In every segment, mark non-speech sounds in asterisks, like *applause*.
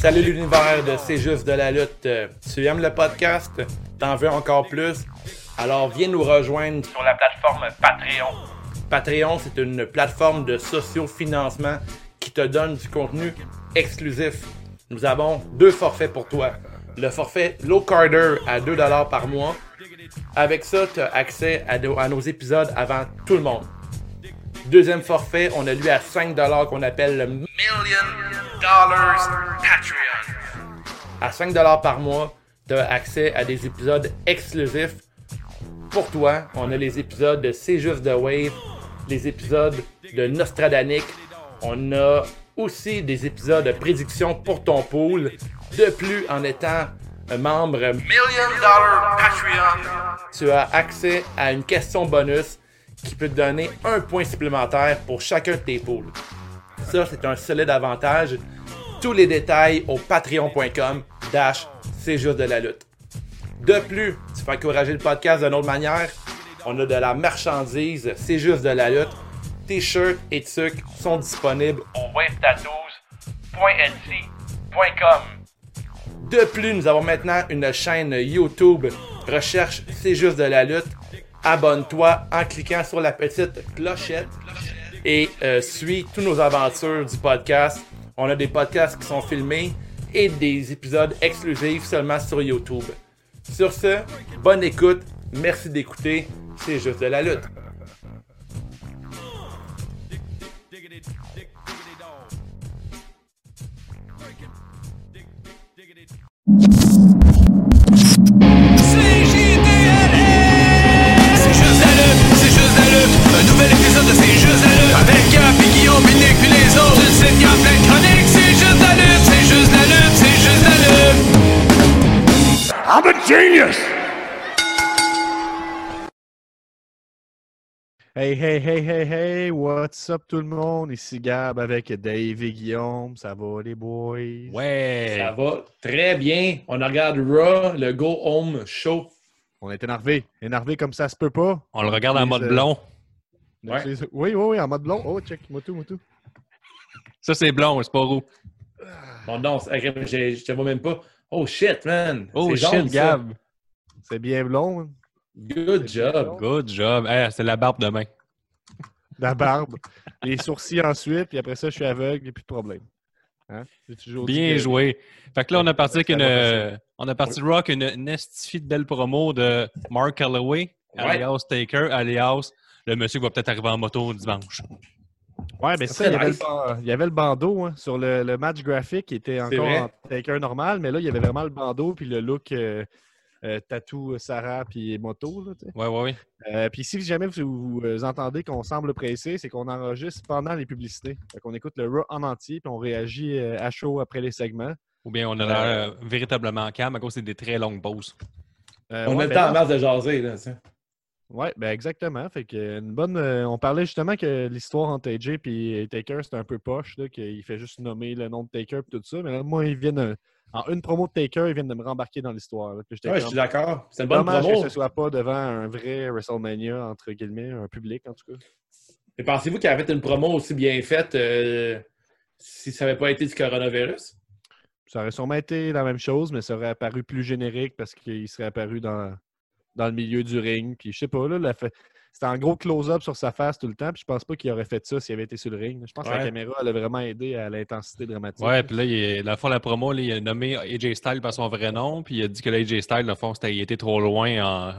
Salut l'univers de C'est juste de la lutte. Tu aimes le podcast? T'en veux encore plus? Alors viens nous rejoindre sur la plateforme Patreon. Patreon, c'est une plateforme de socio-financement qui te donne du contenu exclusif. Nous avons deux forfaits pour toi. Le forfait Low Carder à 2$ par mois. Avec ça, tu as accès à, nos- à nos épisodes avant tout le monde. Deuxième forfait, on a lui à 5$ qu'on appelle le Million Dollars Patreon. À 5$ par mois, tu as accès à des épisodes exclusifs pour toi. On a les épisodes de C'est juste de Wave, les épisodes de Nostradanic. On a aussi des épisodes de prédiction pour ton pool. De plus, en étant un membre Million Dollar Patreon, tu as accès à une question bonus qui peut te donner un point supplémentaire pour chacun de tes pools. Ça, c'est un solide avantage. Tous les détails au patreon.com dash c'est juste de la lutte. De plus, tu peux encourager le podcast d'une autre manière. On a de la marchandise, c'est juste de la lutte. T-shirts et trucs sont disponibles au wavetattoos.etsy.com. De plus, nous avons maintenant une chaîne YouTube. Recherche C'est juste de la lutte. Abonne-toi en cliquant sur la petite clochette et euh, suis toutes nos aventures du podcast. On a des podcasts qui sont filmés et des épisodes exclusifs seulement sur YouTube. Sur ce, bonne écoute, merci d'écouter, c'est juste de la lutte. C'est juste la lutte, c'est juste la lutte. Un nouvel épisode de C'est juste la lutte. Avec Gap et Guillaume, Binic puis les autres. Une sitcom plein de chroniques. C'est juste la lutte, c'est juste la lutte, c'est juste la lutte. I'm a genius. Hey, hey, hey, hey, hey, what's up tout le monde? Ici Gab avec Dave et Guillaume. Ça va les boys? Ça Ouais. va très bien. On regarde Raw, le Go Home Show. On est énervé. Énervé comme ça se peut pas. On le regarde en Puis, mode euh, blond. Donc, Ouais. les- Oui, oui, oui, en mode blond. Oh, check, moto, moto. Ça, c'est blond, c'est pas roux. Bon, non, c'est- je je te vois même pas. Oh shit, man. Oh C'est shit, jaune, ça. Gab. C'est bien blond. hein? Good job. Good job. Hey, Ah, ben, c'est la barbe demain. La barbe. les sourcils ensuite, puis après ça, je suis aveugle, il n'y a plus de problème. Hein? J'ai toujours dit Bien que- joué. Fait que là, on a parti avec Ça une. va euh, On a parti de rock une, une estifie de belle promo de Mark Calloway, alias Taker, alias le monsieur qui va peut-être arriver en moto dimanche. Ouais, mais Ça, ça, il y, c'est avait le, nice. ban- il y avait le bandeau hein, sur le, le match graphique qui était encore vrai. en taker normal, mais là, il y avait vraiment le bandeau puis le look euh, euh, tatou Sarah puis moto. Là, tu sais. Ouais, ouais, ouais. Euh, puis si jamais vous, vous entendez qu'on semble pressé, c'est qu'on enregistre pendant les publicités. Fait qu'on écoute le Raw en entier puis on réagit euh, à chaud après les segments. Ou bien on a l'air euh, véritablement calme à cause c'est des très longues pauses. Euh, On ouais, a le ben temps en là- masse de jaser. Là, ça. Ouais, ben exactement. Fait que euh, une bonne. euh, on parlait justement que l'histoire entre AJ et Taker, c'était un peu poche, là, qu'il fait juste nommer le nom de Taker et tout ça. Mais là, moi, ils viennent. euh, en une promo de Taker, ils viennent de me rembarquer dans l'histoire. là. Puis j'étais Ouais, je comme, suis d'accord. C'est une bonne Dommage que promo. ce soit pas devant un vrai WrestleMania, entre guillemets, un public en tout cas. Mais pensez-vous qu'il avait fait une promo aussi bien faite euh, si ça n'avait pas été du coronavirus? Ça aurait sûrement été la même chose, mais ça aurait apparu plus générique parce qu'il serait apparu dans, dans le milieu du ring. Puis je sais pas, là, la fa- c'était en gros close-up sur sa face tout le temps. Puis je pense pas qu'il aurait fait ça s'il avait été sur le ring. Je pense que Ouais. la caméra, elle a vraiment aidé à l'intensité dramatique. Ouais, puis là, il est- dans le fond, la promo, là, il euh, a nommé AJ Styles par son vrai nom, puis il a dit que l'AJ Styles, dans le fond, c'était, il était trop loin en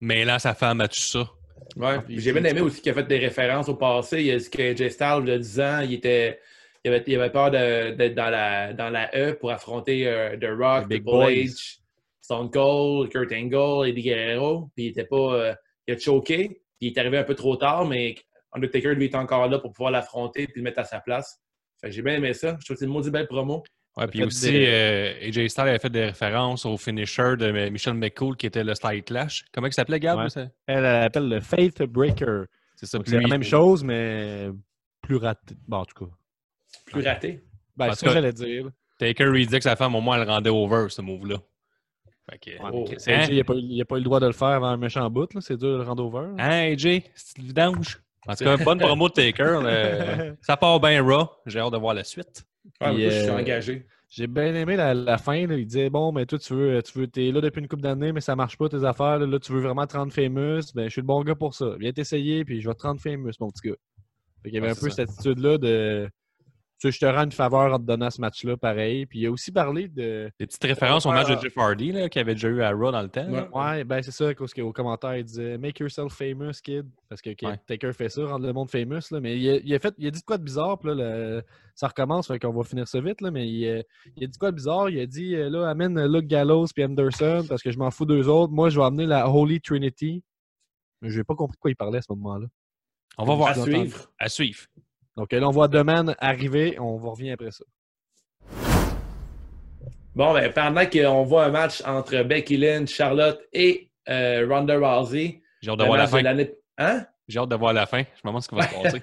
mêlant sa femme à tout ça. Ouais. puis J'ai bien aimé aussi qu'il a fait des références au passé. Il a dit que Jay Styles, de 10 ans, il était. Il avait, il avait peur de- d'être dans la, dans la E pour affronter euh, The Rock, Les big Triple boys. H, Stone Cold, Kurt Angle, Eddie Guerrero. Puis il était pas. euh, il a choqué. Puis il est arrivé un peu trop tard, mais Undertaker, lui, est encore là pour pouvoir l'affronter puis le mettre à sa place. Fait que j'ai bien aimé ça. Je trouve que c'est une maudite belle promo. Ouais, puis fait aussi, des- euh, AJ Styles avait fait des références au finisher de M- Michel McCool qui était le Style Clash. Comment il s'appelait, Gab? Ouais. ça? Elle, elle appelle le Faith Breaker. C'est ça, Donc, puis C'est la lui- même chose, mais plus raté. Bon, en tout cas. Plus raté. Ben, En c'est tout cas- ça que j'allais dire. Taker, lui, il disait que sa femme, au moins, elle rendait over, ce move-là. Fait que, hein? Ouais, Oh. mais Chris AJ, Il n'a pas, eu- il a pas eu le droit de le faire avant un méchant bout. là. C'est dur de le rendre over. là. hein, AJ, c'est une vidange. En tout cas, bonne *laughs* promo de Taker. là. Ça part bien raw. J'ai hâte de voir la suite. Ouais, Puis, moi, je suis euh, engagé. J'ai bien aimé la, la fin. là. Il disait Bon, mais toi, tu veux, tu veux, t'es là depuis une couple d'années, mais ça marche pas tes affaires. Là, Là, tu veux vraiment te rendre famous. Ben, je suis le bon gars pour ça. Viens t'essayer, puis je vais te rendre famous, mon petit gars. Fait qu'il y avait Ouais, un c'est peu ça. cette attitude-là de Tu sais, je te rends une faveur en te donnant ce match-là, pareil. Puis il a aussi parlé de. Des petites références au Ouais, match de ouais. Jeff Hardy là, qu'il avait déjà eu à Raw dans le temps. là. Ouais, ben c'est ça, parce qu'au commentaire, il disait Make yourself famous, kid. Parce que Ouais. Taker fait ça, rendre le monde famous. Là, mais il a, il a fait, il a dit de quoi de bizarre, puis là, le- ça recommence, fait qu'on va finir ça vite. Là, mais il, a- il a dit de quoi de bizarre Il a dit euh, là, amène Luke Gallows puis Anderson, parce que je m'en fous d'eux autres. Moi, je vais amener la Holy Trinity. Mais j'ai pas compris de quoi il parlait à ce moment-là. On va voir. À suivre. À suivre. Donc euh, là, on voit The Man arriver, on va revient après ça. Bon, ben, pendant qu'on voit un match entre Becky Lynch, Charlotte et euh, Ronda Rousey. J'ai hâte de le voir la match de fin. l'année- Hein? J'ai hâte de voir la fin. Je me demande ce qui va se passer.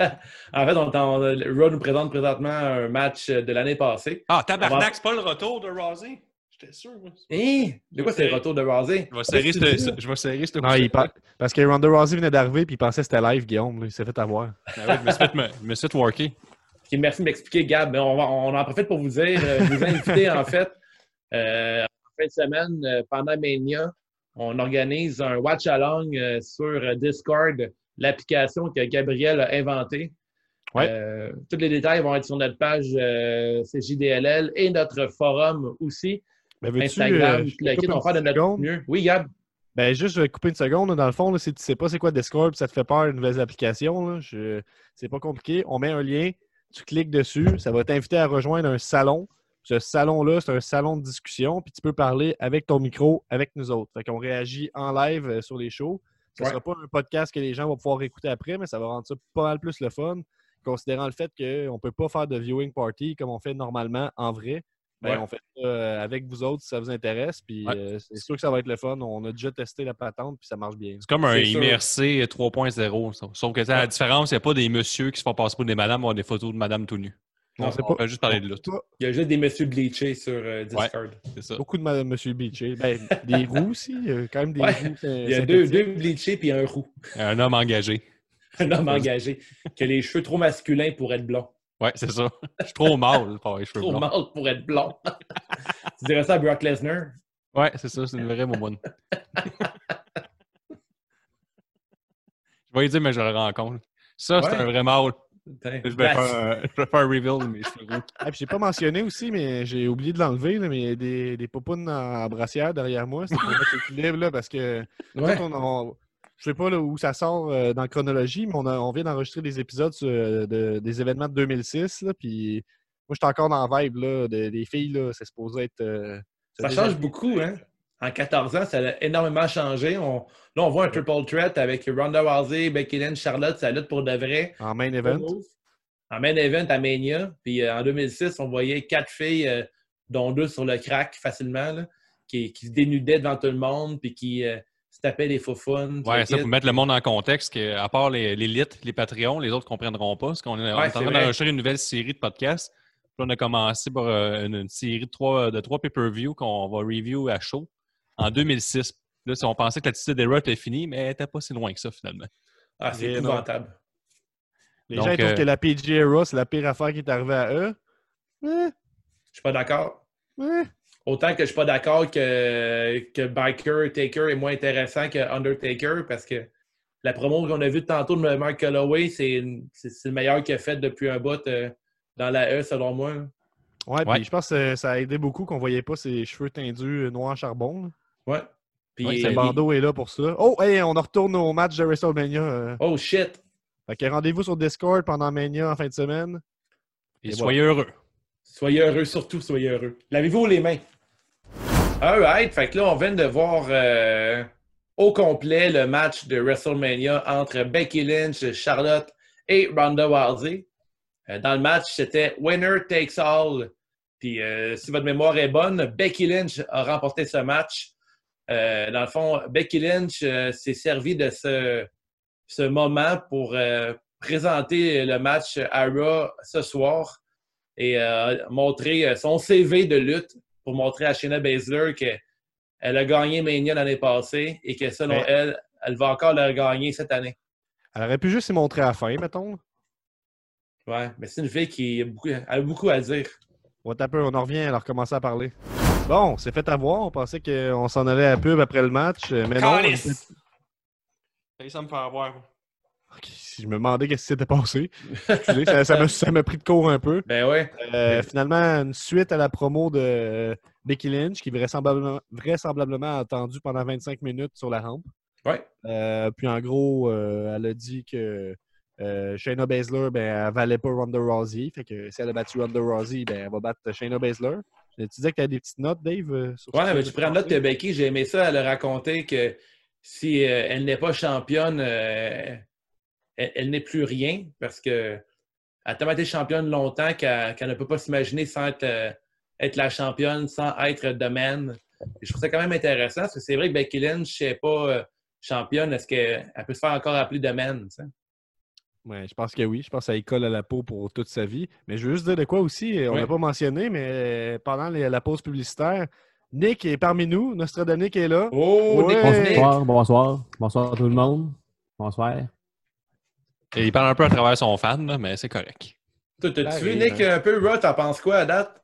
en fait, on, t'en- Raw nous présente présentement un match de l'année passée. *laughs* Ah, On va- tabarnak, c'est pas le retour de Rousey. J'étais sûr. moi. Hein? De quoi c'est le retour de Rousey? Je vais serrer Qu'est-ce que tu ce- dis, ce- je vais serrer ce Non, Ah, il par- Parce que Ronda Rousey venait d'arriver, puis il pensait que c'était live, Guillaume. là, il s'est fait avoir. Ah oui, je me suis fait me- je me suis fait worker. Ok, merci de m'expliquer, Gab. Mais on, va- on en profite pour vous dire, euh, vous inviter *laughs* en fait, euh, en fin de semaine, euh, pendant Mania, on organise un watch along euh, sur euh, Discord, l'application que Gabriel a inventée. Ouais. Euh, tous les détails vont être sur notre page euh, CJDLL et notre forum aussi. Ben, veux-tu, euh, Instagram, je tout le coupe kit, une on va faire de notre seconde? mieux. Oui, Gab. Ben juste, je vais couper une seconde. là. Dans le fond, là, si tu sais pas c'est quoi Discord, puis ça te fait peur, une nouvelle application, là, je... c'est pas compliqué. On met un lien, tu cliques dessus, ça va t'inviter à rejoindre un salon. Ce salon-là, c'est un salon de discussion, puis tu peux parler avec ton micro, avec nous autres. Fait qu'on réagit en live euh, sur les shows. Ce Ouais. sera pas un podcast que les gens vont pouvoir écouter après, mais ça va rendre ça pas mal plus le fun, considérant le fait qu'on peut pas faire de viewing party comme on fait normalement en vrai. Ben, Ouais. On fait ça euh, avec vous autres si ça vous intéresse. Puis Ouais. euh, c'est sûr que ça va être le fun. On a déjà testé la patente, puis ça marche bien. C'est comme un C'est sûr. IMRC 3.0. ça. Sauf que ça, la différence, il n'y a pas des messieurs qui se font passer pour des madames ou avoir des photos de madame tout nue. Non, On sait On pas. peut juste parler de l'autre, Il y a juste des messieurs bleachés sur euh, Discord. c'est ça. Beaucoup de ma- Monsieur Beachy. Ben, *laughs* des roues aussi. euh, Quand même des Ouais. roues. Il y a deux, deux bleachés puis un roux. *laughs* Un homme engagé. Un homme engagé qui a les cheveux trop masculins pour être blond. Ouais, c'est ça. Je suis trop mâle par les cheveux Trop blonds. mâle pour être blond. *laughs* tu dirais ça à Brock Lesnar? Ouais, c'est ça, c'est une vraie *laughs* momone. je vais lui dire, mais je le rencontre. Ça, c'est Ouais. un vrai mâle. Putain. Je vais, Ben, faire, un- je vais faire un reveal de mes cheveux roux. Ah, puis j'ai pas mentionné aussi, mais j'ai oublié de l'enlever, là, mais il y a des, des popounes en, en brassière derrière moi. C'est pour mettre l'équilibre, là, parce que ouais. Nous autres, on- on- je sais pas là, où ça sort euh, dans la chronologie, mais on, a- on vient d'enregistrer des épisodes sur, euh, de- des événements de 2006. là, puis moi, je suis encore dans la vibe là, de- des filles. Là, c'est supposé être. euh, Ça déjà- change beaucoup, hein? En 14 ans, ça a énormément changé. On- Là, on voit un triple threat avec Ronda Rousey, Becky Lynch, Charlotte, ça lutte pour de vrai. En main event. Oh, En main event à Mania. Puis euh, en 2006, on voyait quatre filles, euh, dont deux sur le crack facilement, là, qui, qui se dénudaient devant tout le monde, puis qui euh, se tapaient des faux fun. Ouais, ça, pour mettre le monde en contexte, que, à part les- l'élite, les, Patreons, les autres ne comprendront pas. Parce qu'on est on est Ouais, en train c'est d'enregistrer une nouvelle série de podcasts. Puis on a commencé par euh, une, une série de trois, de trois pay-per-view qu'on va review à chaud en 2006. Là, si on pensait que l'attitude des Raw était finie, mais elle n'était pas si loin que ça, finalement. Ah, c'est Et non. épouvantable. Les Donc, gens ils trouvent euh, que la PG Era, c'est la pire affaire qui est arrivée à eux. Hein? Je suis pas d'accord. Hein? Autant que je suis pas d'accord que, que Biker Taker est moins intéressant que Undertaker parce que la promo qu'on a vue tantôt de Mark Calloway, c'est une- c'est c'est le meilleur qu'il a fait depuis un bout euh, dans la E selon moi. là. Ouais, Ouais. puis je pense que ça a aidé beaucoup qu'on voyait pas ses cheveux tendus euh, noirs charbon. là. Ouais. Puis, Ouais, Le c'est bandeau est là pour ça. Oh, hey, on en retourne au match de WrestleMania. euh. Oh shit! Fait que rendez-vous sur Discord pendant Mania en fin de semaine. Et, Et soyez heureux. Soyez heureux, surtout soyez heureux. Lavez-vous les mains. Alright, fait que là, on vient de voir euh, au complet le match de WrestleMania entre Becky Lynch, Charlotte et Ronda Rousey. Euh, dans le match, c'était winner takes all. Puis euh, si votre mémoire est bonne, Becky Lynch a remporté ce match. Euh, dans le fond, Becky Lynch euh, s'est servi de ce, ce moment pour euh, présenter le match à Raw ce soir et euh, montrer euh, son CV de lutte pour montrer à Shayna Baszler qu'elle a gagné Mania l'année passée et que selon Ouais. elle, elle va encore le gagner cette année. Elle aurait pu juste s'y montrer à la fin, mettons. Ouais, mais c'est une fille qui a beaucoup, elle a beaucoup à dire. On tape on en revient, elle a recommencé à parler. Bon, c'est fait avoir. On pensait qu'on s'en allait à la pub après le match, euh, mais non. on était- Calice! Ça y est, ça me fait avoir. Ok, si je me demandais qu'est-ce qui s'était passé. Excusez, ça- ça m'a- ça m'a pris de court un peu. Ben ouais. Euh, finalement, une suite à la promo de euh, Becky Lynch, qui vraisemblablement, vraisemblablement a attendu pendant 25 minutes sur la rampe. Ouais. Euh, puis en gros, euh, elle a dit que euh, Shayna Baszler, ben, elle valait pas Ronda Rousey. Fait que si elle a battu Ronda Rousey, ben, elle va battre Shayna Baszler. Tu disais que tu as des petites notes, Dave? euh, Sur Ouais, ce mais que tu prends note de Becky, j'ai aimé ça. Elle a raconté que si euh, elle n'est pas championne, euh, elle, elle n'est plus rien parce que elle a tellement été championne longtemps qu'elle qu'elle ne peut pas s'imaginer sans être, euh, être la championne, sans être de man. Et je trouve ça quand même intéressant parce que c'est vrai que Becky Lynch n'est pas euh, championne. Est-ce qu'elle elle peut se faire encore appeler de man? tu sais? Ouais, je pense que oui. Je pense que ça y colle à la peau pour toute sa vie. Mais je veux juste dire de quoi aussi, euh, on Oui. n'a pas mentionné, mais euh, pendant les- la pause publicitaire, Nick est parmi nous. Nostradonic est là. Oh, Ouais. déconné! Bonsoir, bonsoir. Bonsoir tout le monde. Bonsoir. Et il parle un peu à travers son fan, là, mais c'est correct. Toi, T'as-tu vu, Arrive, Nick, un peu, Rod, t'en penses quoi à date?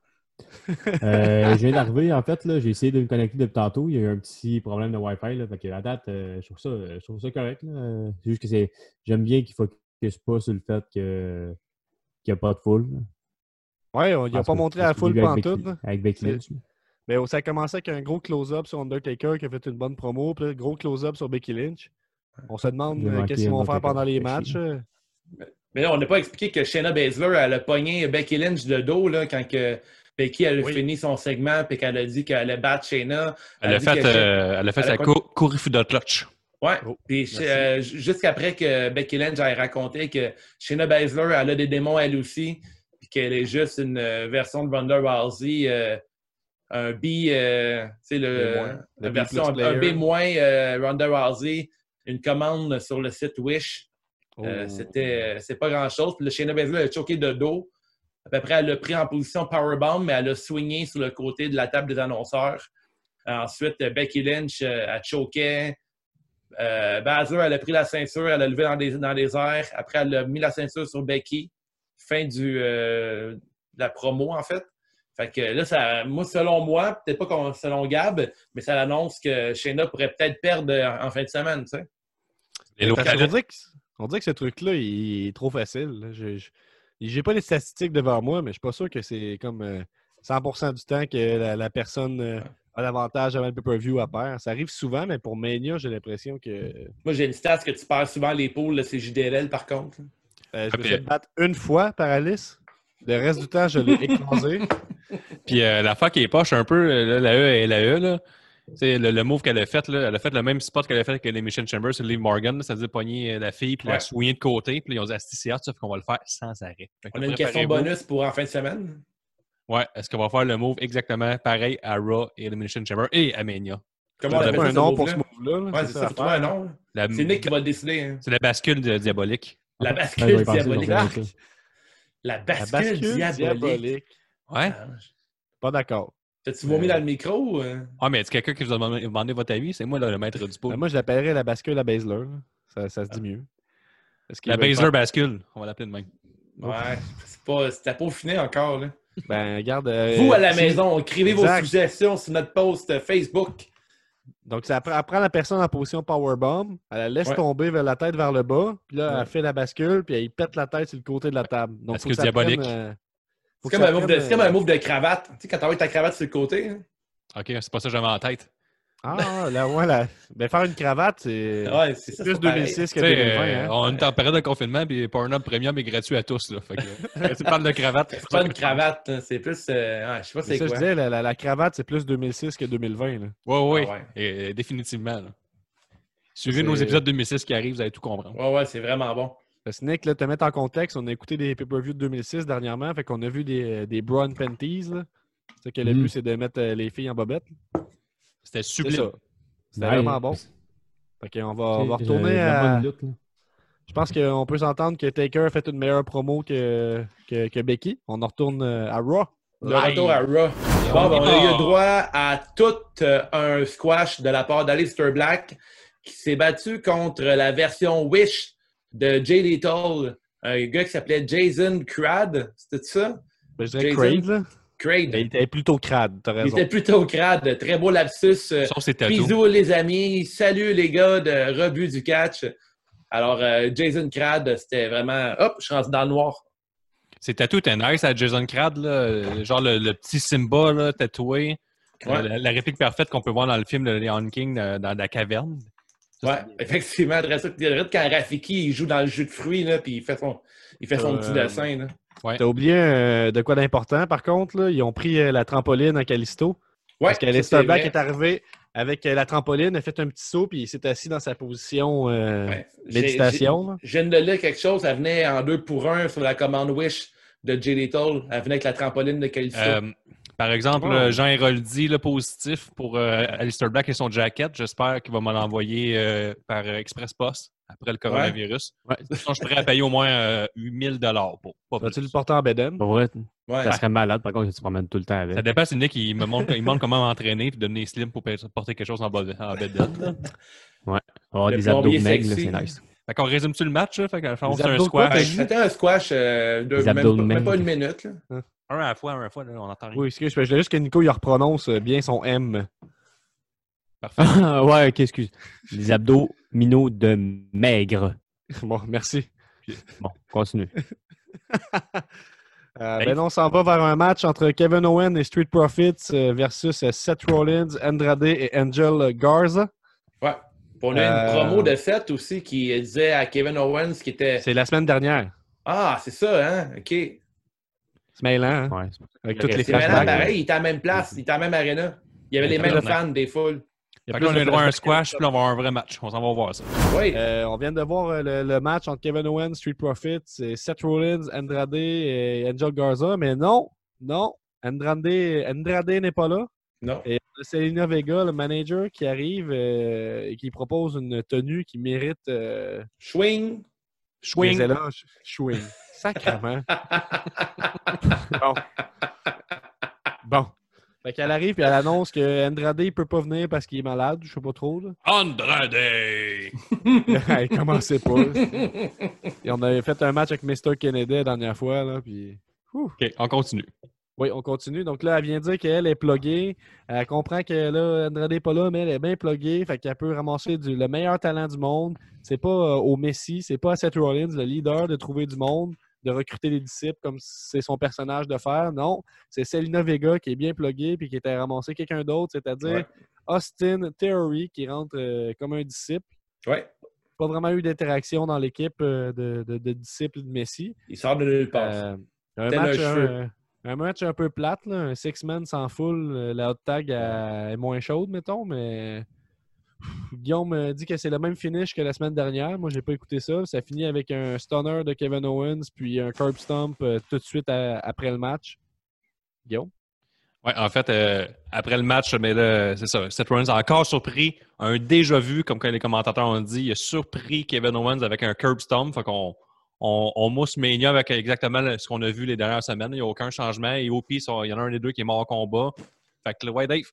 Euh, je viens d'arriver, en fait, là, j'ai essayé de me connecter depuis tantôt. Il y a eu un petit problème de Wi-Fi. Là, fait que à date, euh, je, trouve ça, je trouve ça correct. là. Euh, C'est juste que c'est. J'aime bien qu'il ne focus pas sur le fait que qu'il n'y a pas de foule. là. Ouais, on- ils n'ont Parce pas que- montré parce la que foule lui, avec pantoute. Becky- là. Avec Becky Lynch. Mais oh, ça a commencé avec un gros close-up sur Undertaker qui a fait une bonne promo, puis là, gros close-up sur Becky Lynch. On se demande Il a euh, manqué qu'est-ce qu'ils vont faire Undertaker. pendant les Fait matchs. chier. euh. Mais là, on n'a pas expliqué que Shayna Baszler, elle a pogné Becky Lynch de dos là, quand que Becky elle a Oui. fini son segment et qu'elle a dit qu'elle allait battre Shayna. Elle a dit fait, que- euh, elle a fait elle a sa quoi- cour- Kurifuda Clutch. Ouais. Oh, Puis merci. euh, j- jusqu'après que Becky Lynch ait raconté que Shayna Baszler, elle a des démons elle aussi, puis qu'elle est juste une euh, version de Ronda Rousey, euh, un B, euh, tu sais, Le le, moins. Le la B version plus un player. B moins euh, Ronda Rousey, une commande sur le site Wish. Euh, Oh. c'était euh, c'est pas grand chose. Puis le Shayna Baszler a choqué de dos. À peu près, elle l'a pris en position powerbomb, mais elle a swingé sur le côté de la table des annonceurs. Ensuite, euh, Becky Lynch euh, a choqué. Euh, Baszler, elle a pris la ceinture, elle a levé dans les, dans les airs. Après, elle a mis la ceinture sur Becky. Fin du, euh, de la promo, en fait. Fait que là, ça, moi, selon moi, peut-être pas qu'on- selon Gab, mais ça annonce que Shayna pourrait peut-être perdre euh, en, en fin de semaine, tu sais. Les Parce qu'on locales- dirait que, on dirait que ce truc-là, il est trop facile. là. Je- je- J'ai pas les statistiques devant moi, mais je suis pas sûr que c'est comme euh, 100% du temps que la, la personne euh, a l'avantage avant le pay-per-view à perdre. Ça arrive souvent, mais pour Mania, j'ai l'impression que euh, Moi, j'ai une stat que tu perds souvent les poules, c'est JDLL par contre. je me puis, suis euh, battre une fois par Alice. Le reste du temps, je l'ai écrasé. Puis euh, l'affaire qui est poche un peu, euh, là, la E et la E, là. Tu sais, Le, le move qu'elle a fait, là, elle a fait le même spot qu'elle a fait que les Mission Chambers, c'est Liv Morgan, là, ça faisait pogner euh, la fille, puis Ouais. la soigner de côté, puis là, ils ont dit, Ah, si, c'est hard, ça fait qu'on va le faire sans arrêt. Fait que On a une question préparez-vous. bonus pour en fin de semaine. Ouais, est-ce qu'on va faire le move exactement pareil à Raw et Elimination Chamber et à Mania? Comment on On appelle Pas ça, un ce nom move-là? pour ce move-là. là. Ouais, c'est ça, faut trouver l'affaire. un nom. La- C'est Nick qui va le décider. hein. c'est la bascule de- diabolique. La Ouais, j'avais bascule pensé, diabolique. j'aurais fait ça. La La bascule, bascule diabolique. diabolique. Ouais. Ah, Pas d'accord. T'as-tu vomi dans le micro? ou, euh? Ah, mais c'est quelqu'un qui vous a demandé, demandé votre avis? C'est moi, là, le maître du pot. Ben, Moi, je l'appellerais la bascule à Baszler. là. Ça, ça se dit mieux. Est-ce qu'il la veut le Basler bascule, on va l'appeler de même. Oh. Ouais, c'est pas, c'est à peaufiner encore. là. faire? Ben, regarde. euh, Vous à la si- maison, écrivez vos Exact. suggestions sur notre post Facebook. Donc, ça prend, elle prend la personne en position powerbomb, elle la laisse Ouais. tomber vers la tête vers le bas, puis là, Ouais. elle fait la bascule, puis elle pète la tête sur le côté de la table. Donc, faut Bascule que ça prenne, diabolique. euh, faut C'est que comme, ça un move de- prenne, c'est comme un euh, move de cravate. Tu sais, quand t'envoies ta cravate sur le côté. hein. OK, c'est pas ça que j'avais en tête. Ah, ah, là, ouais, là. Ben, faire une cravate, c'est Ouais, c'est ça. c'est plus pas pareil. 2006 que Tu sais, 2020. euh, hein. on est en période de confinement, puis Pornhub Premium est gratuit à tous. Là. *laughs* Fait que, euh, quand tu parles de cravate. C'est pas une cravate, hein, c'est plus. euh, ah, je sais pas C'est c'est ça, quoi. je disais, la, la- la cravate, c'est plus 2006 que 2020. là. Oui, oui, Ah ouais. définitivement. là. Suivez C'est- nos épisodes 2006 qui arrivent, vous allez tout comprendre. Ouais, ouais, c'est vraiment bon. Parce que Nick, là, te mettre en contexte, on a écouté des pay-per-views de 2006 dernièrement, fait qu'on a vu des, des brown panties. là. C'est ça que le Mm. but, c'est de mettre euh, les filles en bobette. C'était C'est sublime. ça. C'était Ouais. vraiment bon. Fait qu'on va, on va J'ai- retourner j'avais à... vraiment une lutte, là. Je pense qu'on peut s'entendre que Taker a fait une meilleure promo que, que, que Becky. On en retourne euh, à Raw. Le retour à Raw. Bon, ben, on a eu droit à tout euh, un squash de la part d'Alistair Black qui s'est battu contre la version Wish de Jay Little, un gars qui s'appelait Jason Crad. C'était ça? Ben, je dirais Jason. Crade, là. Craig. Il était plutôt crade, t'as Il raison. était plutôt crade. Très beau lapsus. euh, Sauf ses tatous. Bisous les amis. Salut les gars de Rebut du Catch. Alors, euh, Jason Crad, c'était vraiment. Hop, je suis rendu dans le noir. Ses tatous étaient nice à Jason Crad, là, euh, genre le, le petit Simba là, tatoué. Euh, Ouais. La, la réplique parfaite qu'on peut voir dans le film de Leon King euh, dans la caverne. Ouais, effectivement, très ça. Tu dirais quand Rafiki il joue dans le jus de fruits, là, puis il fait son, il fait son Euh, petit dessin. Là. T'as oublié euh, de quoi d'important, par contre, là, ils ont pris euh, la trampoline à Callisto. Ouais, Parce ça, c'est qu'Alistair Black vrai. est arrivé avec euh, la trampoline, a fait un petit saut, puis il s'est assis dans sa position euh, Ouais. J'ai- méditation. là. j'ai- Je viens de lire quelque chose, ça venait en deux pour un sur la commande Wish de Jay Little. Elle venait avec la trampoline de Calisto. Euh, par exemple, Wow. euh, Jean Héroldi, le positif pour euh, Alistair Black et son jacket. J'espère qu'il va m'en envoyer euh, par euh, Express Post après le coronavirus. Ouais. Sinon, je pourrais payer au moins euh, 8000 dollars pour. Pas Vas-tu plus. le porter en beden? Pour vrai, ouais. ça serait malade, par contre, si tu te promènes tout le temps avec. Ça dépend, c'est Nick, il me montre, il me montre comment m'entraîner et devenir slim pour pa- porter quelque chose en bas de- en bedaine, là. Oh, Le des abdos plombier maigres, là, sexy. c'est nice. Fait qu'on résume-tu le match? Là? Fait qu'à la fin, on Les fait un abdos quoi, squash. Ouais, Peggy? C'était un squash, euh, de, Les même, pas, abdos de même main. pas une minute. là. Un à la fois, un à la fois, là, on entend rien. Oui, excuse, je voulais juste que Nico il reprononce euh, bien son M. Parfait. *laughs* Ah, ouais, ok, excuse. Des abdos minots de maigre. Bon, merci. Bon, continue. Euh, Dave? ben non, on s'en va vers un match entre Kevin Owen et Street Profits euh, versus euh, Seth Rollins, Andrade et Angel Garza. Ouais. Puis On a Euh, une promo de 7 aussi qui disait à Kevin Owens qui était C'est la semaine dernière. Ah, c'est ça, hein? OK. C'est mêlant, hein, Ouais, c'est- avec toutes les C'est maintenant flashbacks. pareil, il était à la même place, il était à la même arena. Il y avait les mêmes fans des foules. Il y a Fait que plus là, on a de le droit à un flashbacks. squash, puis là, on va avoir un vrai match. On s'en va voir ça. Oui. Euh, on vient de voir euh, le, le match entre Kevin Owens, Street Profits, et Seth Rollins, Andrade et Angel Garza, mais non, non, Andrade, Andrade n'est pas là. non. Et on a Selena Vega, le manager, qui arrive euh, et qui propose une tenue qui mérite euh, Swing. des éloges. Chouing. Sacrement. *laughs* bon. Bon. Fait qu'elle arrive et elle annonce que Andrade ne peut pas venir parce qu'il est malade, je sais pas trop. là. Andrade! *laughs* Elle commençait pas. là. Et on avait fait un match avec Mr. Kennedy la dernière fois, là, puis... OK, on continue. Oui, on continue. Donc là, elle vient dire qu'elle est pluguée. Elle comprend que là, Andrade n'est pas là, mais elle est bien pluguée. Fait qu'elle peut ramasser du- le meilleur talent du monde. C'est pas euh, au Messi, c'est pas à Seth Rollins, le leader, de trouver du monde, de recruter des disciples comme c'est son personnage de faire. Non, c'est Selena Vega qui est bien pluguée puis qui était à ramasser quelqu'un d'autre, c'est-à-dire Ouais. Austin Theory qui rentre euh, comme un disciple. Ouais. Pas vraiment eu d'interaction dans l'équipe euh, de, de- de disciples de Messi. Il sort de nulle part. Euh, un, Tel match, un un- cheveu. un match un peu plate, là, un six-man sans full. La hot tag euh, est moins chaude, mettons, mais Pff, Guillaume euh, dit que c'est le même finish que la semaine dernière. Moi, j'ai pas écouté ça. Ça finit avec un stunner de Kevin Owens, puis un curb stomp euh, tout de suite à- après le match. Guillaume? Ouais, en fait, euh, après le match, mais là, c'est ça. Seth Rollins a encore surpris, un déjà vu, comme quand les commentateurs ont dit, il a surpris Kevin Owens avec un curb stomp. Fait qu'on on, on mousse Mania avec exactement le- ce qu'on a vu les dernières semaines. Il n'y a aucun changement. Et au pire, il y en a un des deux qui est mort au combat. Fait que, ouais, Dave,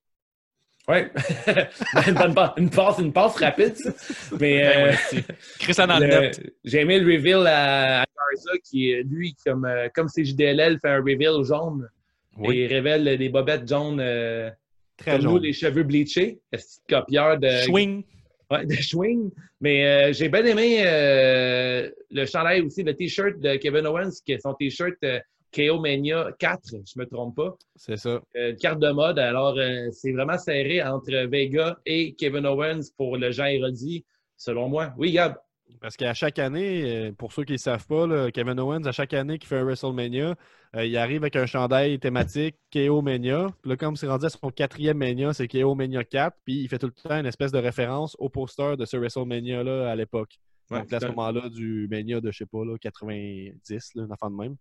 Ouais. *laughs* Ben, une, bonne pa- une passe, une passe rapide, ça. Mais Ben, euh, ouais, c'est- Chris en a le- net. j'ai aimé le reveal à, à Garza qui, euh, lui, comme, euh, comme CJDLL, fait un reveal jaune. Oui. Et il révèle des bobettes jaunes, euh, Très comme nous, les cheveux bleachés. Est-ce que copieur de Swing. Ouais, de swing. Mais euh, j'ai bien aimé euh, le chandail aussi, le T-shirt de Kevin Owens, qui est son T-shirt euh, KO Mania 4, je me trompe pas. C'est ça. Euh, une carte de mode. Alors, euh, c'est vraiment serré entre Vega et Kevin Owens pour le Jean Héroldi, selon moi. Oui, Gab. Parce qu'à chaque année, euh, pour ceux qui ne savent pas, là, Kevin Owens, à chaque année qu'il fait un WrestleMania, euh, il arrive avec un chandail thématique KO Mania. Puis là, comme c'est rendu à son quatrième Mania, c'est KO Mania 4. Puis il fait tout le temps une espèce de référence au poster de ce WrestleMania-là à l'époque. Donc, à ce moment-là, du Mania de, je sais pas, là, 90, là, une affaire de même.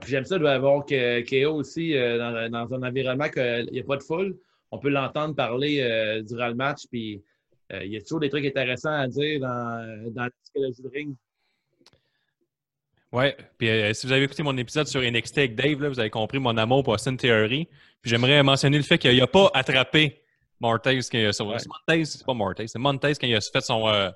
Puis j'aime ça de voir que KO aussi, euh, dans, dans un environnement qu'il n'y a pas de foule, on peut l'entendre parler euh, durant le match. Puis euh, il y a toujours des trucs intéressants à dire dans, dans la psychologie de ring. Ouais. Puis euh, si vous avez écouté mon épisode sur NXT avec Dave, là, vous avez compris mon amour pour Austin Theory. Puis j'aimerais mentionner le fait qu'il n'a pas attrapé Mortez quand il a son- Ouais. c'est Montez, c'est pas Mortez, c'est Montez quand il a fait son euh,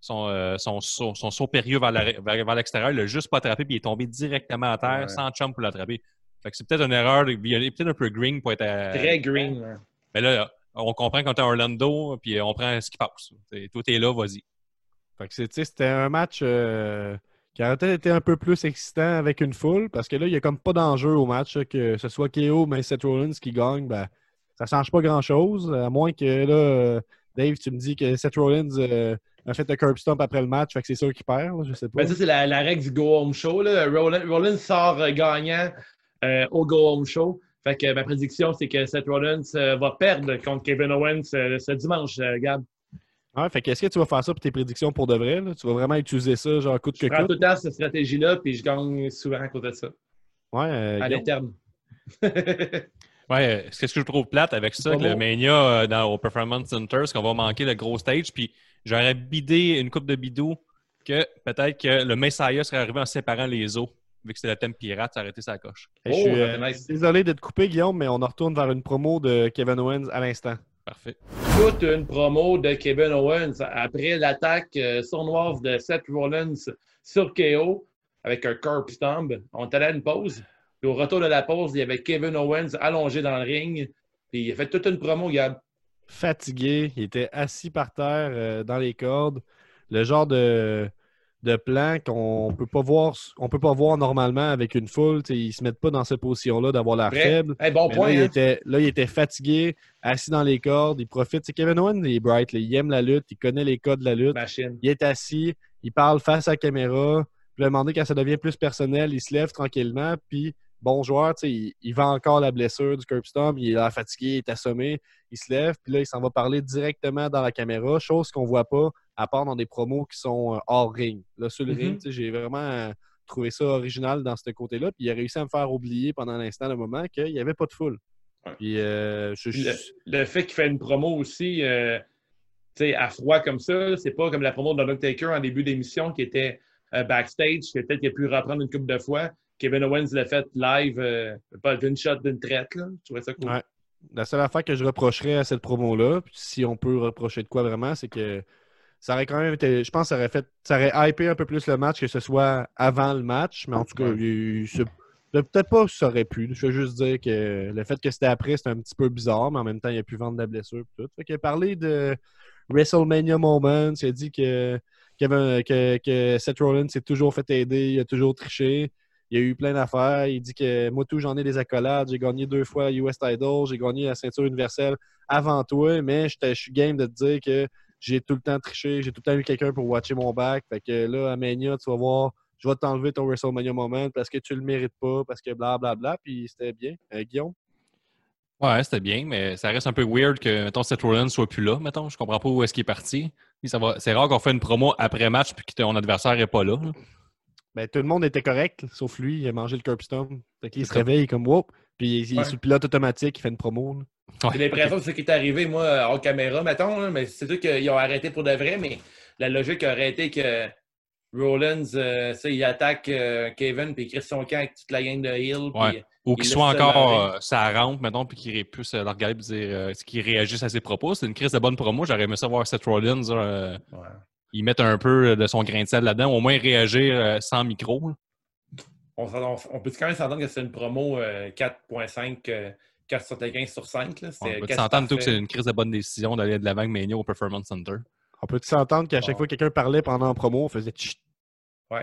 son, euh, son, saut- son saut périlleux vers la- vers vers l'extérieur. Il l'a juste pas attrapé, puis il est tombé directement à terre Ouais. sans chum pour l'attraper. Fait que c'est peut-être une erreur. de- Il est peut-être un peu green pour être à. Très green. là. Mais là, on comprend quand t'es à Orlando, puis on prend ce qui passe. T'es- Toi, t'es là, vas-y. Fait que c'est- tu sais, c'était un match euh, qui aurait peut-être été un peu plus excitant avec une foule, parce que là, il n'y a comme pas d'enjeu au match, là, que ce soit KO, mais Seth Rollins qui gagne, ben, ça ne change pas grand-chose, à moins que là, euh, Dave, tu me dis que Seth Rollins euh, a fait le curb stomp après le match, fait que c'est sûr qu'il perd, là, je sais pas. Ben, ça, c'est la, la règle du Go Home Show. Là. Rollins, Rollins sort euh, gagnant euh, au Go Home Show. Fait que euh, ma prédiction, c'est que Seth Rollins euh, va perdre contre Kevin Owens euh, ce dimanche, euh, Gab. Ouais, fait que est-ce que tu vas faire ça pour tes prédictions pour de vrai? là? Tu vas vraiment utiliser ça, genre coûte que Je prends tout coûte? le temps cette stratégie-là, puis je gagne souvent à cause de ça, Ouais, euh, à Guillaume, l'interne. *laughs* Ouais, euh, ce que je trouve plate avec ça, Pas que le bon. Mania euh, dans, au Performance Center, c'est qu'on va manquer le gros stage. Puis j'aurais bidé une coupe de bidou que peut-être que le Messiah serait arrivé en séparant les eaux, vu que c'était le thème pirate, ça aurait été sa coche. je suis Oh, euh, nice. désolé de te couper, Guillaume, mais on en retourne vers une promo de Kevin Owens à l'instant. Parfait. toute une promo de Kevin Owens après l'attaque euh, sournoise de Seth Rollins sur KO avec un curb stomp. On était allé à une pause. Puis au retour de la pause, il y avait Kevin Owens allongé dans le ring. Puis il a fait toute une promo, Gab. fatigué, il était assis par terre euh, dans les cordes. Le genre de, de plan qu'on peut pas voir on peut pas voir normalement avec une foule. Tu sais, Ils se mettent pas dans cette position-là d'avoir l'air Vrai. faible. Hey, bon Mais point, là, il hein? était, là, il était fatigué, assis dans les cordes, il profite. Tu sais, Kevin Owens, il est bright, là. il aime la lutte, il connaît les codes de la lutte. machine. Il est assis, il parle face à la caméra. Puis là, à un moment donné, quand ça devient plus personnel, il se lève tranquillement. Puis, bon joueur, tu sais, il, il va encore la blessure du curb stomp. Il est là fatigué, il est assommé. Il se lève, puis là, il s'en va parler directement dans la caméra, chose qu'on voit pas, à part dans des promos qui sont euh, hors ring. Là, sur le Mhm. ring, tu sais, j'ai vraiment euh, trouvé ça original dans ce côté-là. Puis, il a réussi à me faire oublier pendant l'instant, le moment, qu'il n'y avait pas de foule. Ouais. Puis, euh, je- Puis Le, je- le fait qu'il fait une promo aussi, euh, tu sais, à froid comme ça, c'est pas comme la promo de Taker en début d'émission qui était euh, backstage, que peut-être qu'il a pu reprendre une couple de fois. Kevin Owens l'a fait live, euh, pas d'une shot, d'une traite. Là. Je trouvais ça cool. Ouais. La seule affaire que je reprocherais à cette promo-là, puis si on peut reprocher de quoi vraiment, c'est que ça aurait quand même été. Je pense que ça aurait fait. Ça aurait hypé un peu plus le match que ce soit avant le match, mais en tout cas, Ouais. il- il se- peut-être pas que ça aurait pu. Je veux juste dire que le fait que c'était après, c'était un petit peu bizarre, mais en même temps, il a pu vendre de la blessure et tout. Fait qu'il a parlé de WrestleMania Moments, il a dit que, Kevin- que, que Seth Rollins s'est toujours fait aider, il a toujours triché. Il y a eu plein d'affaires. Il dit que moi, tout, j'en ai des accolades. J'ai gagné deux fois US Idol. J'ai gagné la ceinture universelle avant toi. Mais j'étais- je suis game de te dire que j'ai tout le temps triché. J'ai tout le temps eu quelqu'un pour watcher mon back. Fait que là, à Mania, tu vas voir, je vais t'enlever ton WrestleMania moment parce que tu le mérites pas, parce que blablabla. Puis c'était bien. Euh, Guillaume? Ouais, c'était bien, mais ça reste un peu weird que, mettons, Seth Rollins soit plus là, mettons. Je comprends pas où est-ce qu'il est parti. Puis ça va- C'est rare qu'on fait une promo après match puis que ton adversaire est pas là. là. Ben, tout le monde était correct, sauf lui. Il a mangé le curb stomp. Fait qu'il se Comme- réveille comme whoop. Puis il, il Ouais. est sous le pilote automatique. Il fait une promo. là. Ouais. J'ai l'impression que ce qui est arrivé, moi, hors caméra, mettons, là, mais c'est sûr qu'ils ont arrêté pour de vrai, mais la logique aurait été que Rollins, euh, ça, il attaque euh, Kevin, puis Christian Camp avec toute la gang de Hill. puis- Ouais. Ou qu'il Il soit laisse ça encore marrer. euh, sa rampe, mettons, puis qu'il puisse euh, le regarder et dire euh, qu'il réagisse à ses propos. C'est une crise de bonne promo. J'aurais aimé savoir Seth Rollins euh, Ouais. il mette un peu euh, de son grain de sel là-dedans, au moins réagir euh, sans micro. là. On, s'en- on- on peut quand même s'entendre que c'est une promo euh, 4.5, euh, 475 sur 5. Là. On C'était peut quasi s'entendre tout que parfait. c'est une crise de bonne décision d'aller de l'avant avec Mania au Performance Center. On peut s'entendre qu'à chaque Bon. fois que quelqu'un parlait pendant la promo, on faisait chut. Ouais.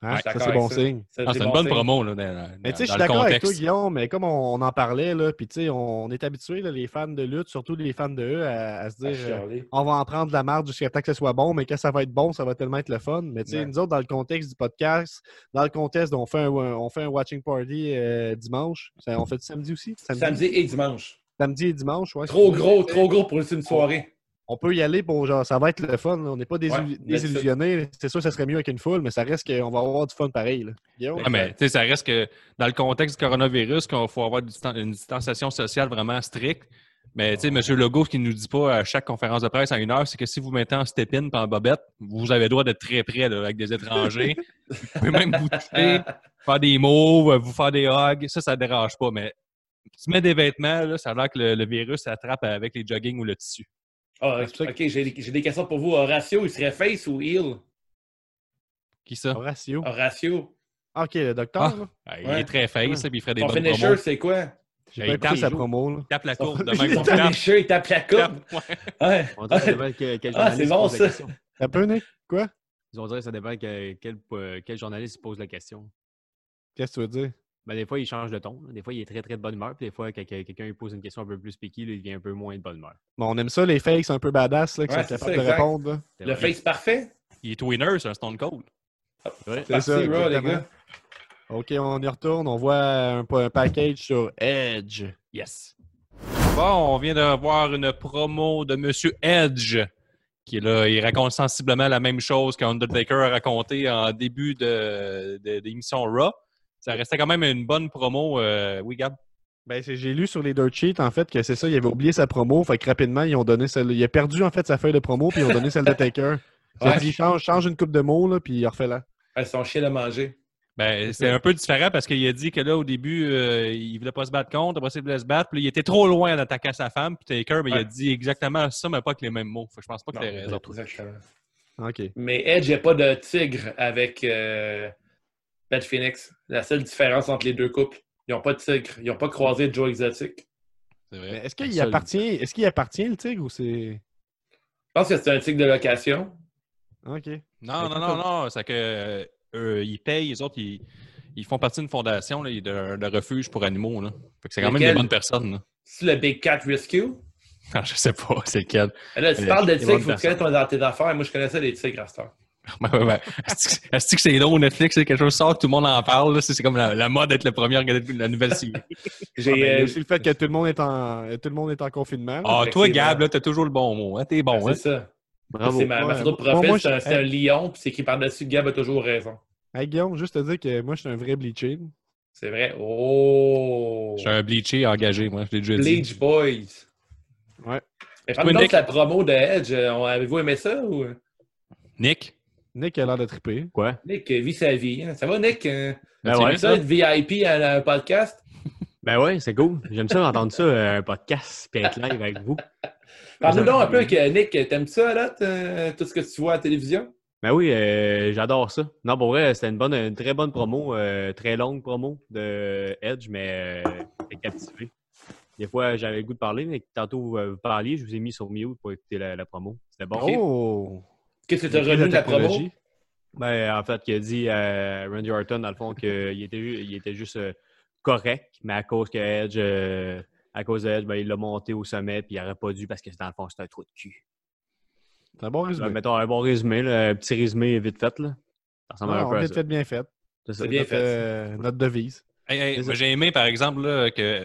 Hein, Ouais, je suis ça, d'accord c'est bon avec ça. signe. Ça, Ah, c'est bon une bonne signe. promo là, dans, dans- Mais tu sais, je dans suis le d'accord avec toi, contexte. Guillaume, mais comme on, on en parlait, là, puis tu sais, on, on est habitué, là, les fans de lutte, surtout les fans de E, à, à se À dire euh, chialer. on va en prendre de la marde jusqu'à temps que ce soit bon, mais quand ça va être bon, ça va tellement être le fun. Mais tu sais, Ouais. nous autres, dans le contexte du podcast, dans le contexte, on fait un, on fait un watching party euh, dimanche. Ça- on fait du samedi aussi Samedi, Samedi et dimanche. samedi et dimanche, ouais. Trop c'est- gros, trop gros pour une soirée. on peut y aller pour genre, ça va être le fun. là. On n'est pas désillu- Ouais, mais ça- désillusionnés. C'est sûr, ça serait mieux avec une foule, mais ça reste qu'on va avoir du fun pareil. là. Guillaume? Ouais, Ah, mais tu sais, ça reste que dans le contexte du coronavirus, qu'il faut avoir du distan- une distanciation sociale vraiment stricte. Mais tu sais, M. Legault, ce qu'il nous dit pas à chaque conférence de presse à une heure, c'est que si vous mettez en step-in pas en bobette, vous avez le droit d'être très près là, avec des *laughs* étrangers. vous pouvez même vous toucher, faire des mots, vous faire des hugs. Ça, ça dérange pas. Mais tu mets des vêtements, là, ça a l'air que le, le virus s'attrape avec les joggings ou le tissu. Ah, C'est pour ça que- ok, j'ai j'ai des questions pour vous. Horatio, il serait face ou heel? Qui ça? Ah. Horatio. Horatio. Ah, ok, le docteur. là. Ah, Il Ouais. est très face, là, puis il ferait des Son bonnes finisher, promos. c'est quoi? J'ai Ben, il pas tape écouté sa les promo. Là. Il tape la Son courbe de *laughs* même son qu'on tape. finisher, il tape la coupe. Ouais. Ouais. Ah, On dirait que *laughs* ça dépend que- quel Ah, journaliste c'est bon, pose la ça. question. T'as peu, Nick? Quoi? On dirait que ça dépend que- quel, euh, quel journaliste pose la question. Qu'est-ce que tu veux dire? Ben, des fois, il change de ton. là. Des fois, il est très, très de bonne humeur. Puis des fois, quand que- quelqu'un lui pose une question un peu plus piquée, là, il devient un peu moins de bonne humeur. Bon, on aime ça, les fakes un peu badass là, qui Ouais, sont c'est capables ça, de exact. répondre. là. C'est Le vrai. face parfait. Il est winner, c'est un Stone Cold. C'est parti, ça, Raw, les exactement. gars. Ok, on y retourne. On voit un, pa- un package sur Edge. Yes! Bon, on vient de voir une promo de Monsieur Edge, qui est là, il raconte sensiblement la même chose qu'Undertaker a raconté en début de, de- d'émission Raw. Ça restait quand même une bonne promo. euh, oui, Gab? Ben, c'est- j'ai lu sur les dirt sheets, en fait, que c'est ça, il avait oublié sa promo. Fait que rapidement, ils ont donné celle Il a perdu, en fait, sa feuille de promo, puis ils ont donné *laughs* celle de Taker. Ils ont Ouais. dit, change, change une coupe de mots, là, puis il refait là. Elles sont chiens à manger. Ben, c'est un peu différent parce qu'il a dit que là, au début, euh, il voulait pas se battre contre, après, ça, il voulait se battre, puis il était trop loin en attaquant sa femme, puis Taker, ben, il a Ouais. dit exactement ça, mais pas avec les mêmes mots. Fait que je pense pas que Non, t'as raison. Exactement. OK. Mais Edge n'a pas de tigre avec euh, Beth Phoenix. La seule différence entre les deux couples, ils n'ont pas de tigre. Ils n'ont pas croisé Joe Exotic. C'est Mais vrai. est-ce qu'il Ça, le- appartient, est-ce qu'il appartient le tigre ou c'est. Je pense que c'est un tigre de location. Non, OK. Fait non, que non, ça- non. C'est que euh, eux, ils payent, les autres, ils, ils font partie d'une fondation, là, de, de refuge pour animaux. Là. Fait que c'est quand même Lesquels? des bonnes personnes. là. *laughs* C'est le Big Cat Rescue. Non, je sais pas, c'est lequel. Là, tu Euh, parles de les tigre, il bonnes faut que tu connaisses ton identité d'affaires. Moi, je connaissais les tigres à cette heure. Ben, ben, ben, Est-ce que- est-ce que c'est long, Netflix, c'est quelque chose qui sort, tout le monde en parle. là. C'est c'est comme la, la mode d'être le premier à regarder la nouvelle série. J'ai, Ah, ben, Il y a euh, aussi le fait que tout le monde est en, tout le monde est en confinement. là. *laughs* Ah, toi, Effectivement. Gab, là, t'as toujours le bon mot. Hein? T'es bon, c'est hein? ça. Bravo! c'est ma, ma Ouais, photo de moi, profil, moi, c'est un, je- c'est un lion, puis c'est écrit par-dessus Gab a toujours raison. Hey, Guillaume, juste te dire que moi, je suis un vrai bleacher. C'est vrai. Oh! Je suis un bleaché engagé, moi, je l'ai déjà dit. Bleach Boys. Ouais. Mais Toi, parle-nous Ah, Nick? de la promo de Edge. euh, on- Avez-vous aimé ça ou Nick? Nick a l'air de triper. Nick euh, vit sa vie? hein? Ça va, Nick? hein? Ah Ben Tu ouais. aimes ça, être VIP à un podcast? Ben ouais, c'est cool. J'aime ça entendre ça, euh, un podcast, puis être live avec vous. Parle-nous donc un peu que Nick, t'aimes ça, là, t- euh, tout ce que tu vois à la télévision? Ben oui, euh, j'adore ça. Non, pour vrai, c'était une bonne, une très bonne promo, euh, très longue promo de Edge, mais euh, j'étais captivé. Des fois, j'avais le goût de parler, mais tantôt euh, vous parliez, je vous ai mis sur mute pour écouter la, la promo. C'était bon. Oh! Qu'est-ce que tu as retenu de la promo? technologie. Ben, en fait, il a dit à Randy Orton, dans le fond, qu'il était, ju- il était juste euh, correct, mais à cause que Edge, euh, à cause de Edge, ben, il l'a monté au sommet, puis il n'aurait pas dû parce que dans le fond, c'était un trou de cul. C'est un bon Ben, résumé. mettons un bon résumé, là, un petit résumé vite fait. Là. Ça ressemble Ah, un peu à vite ça. fait, bien fait. C'est ça. C'est bien Notre, fait. euh, notre devise. Hey, hey, C'est ça. J'ai aimé, par exemple, là, que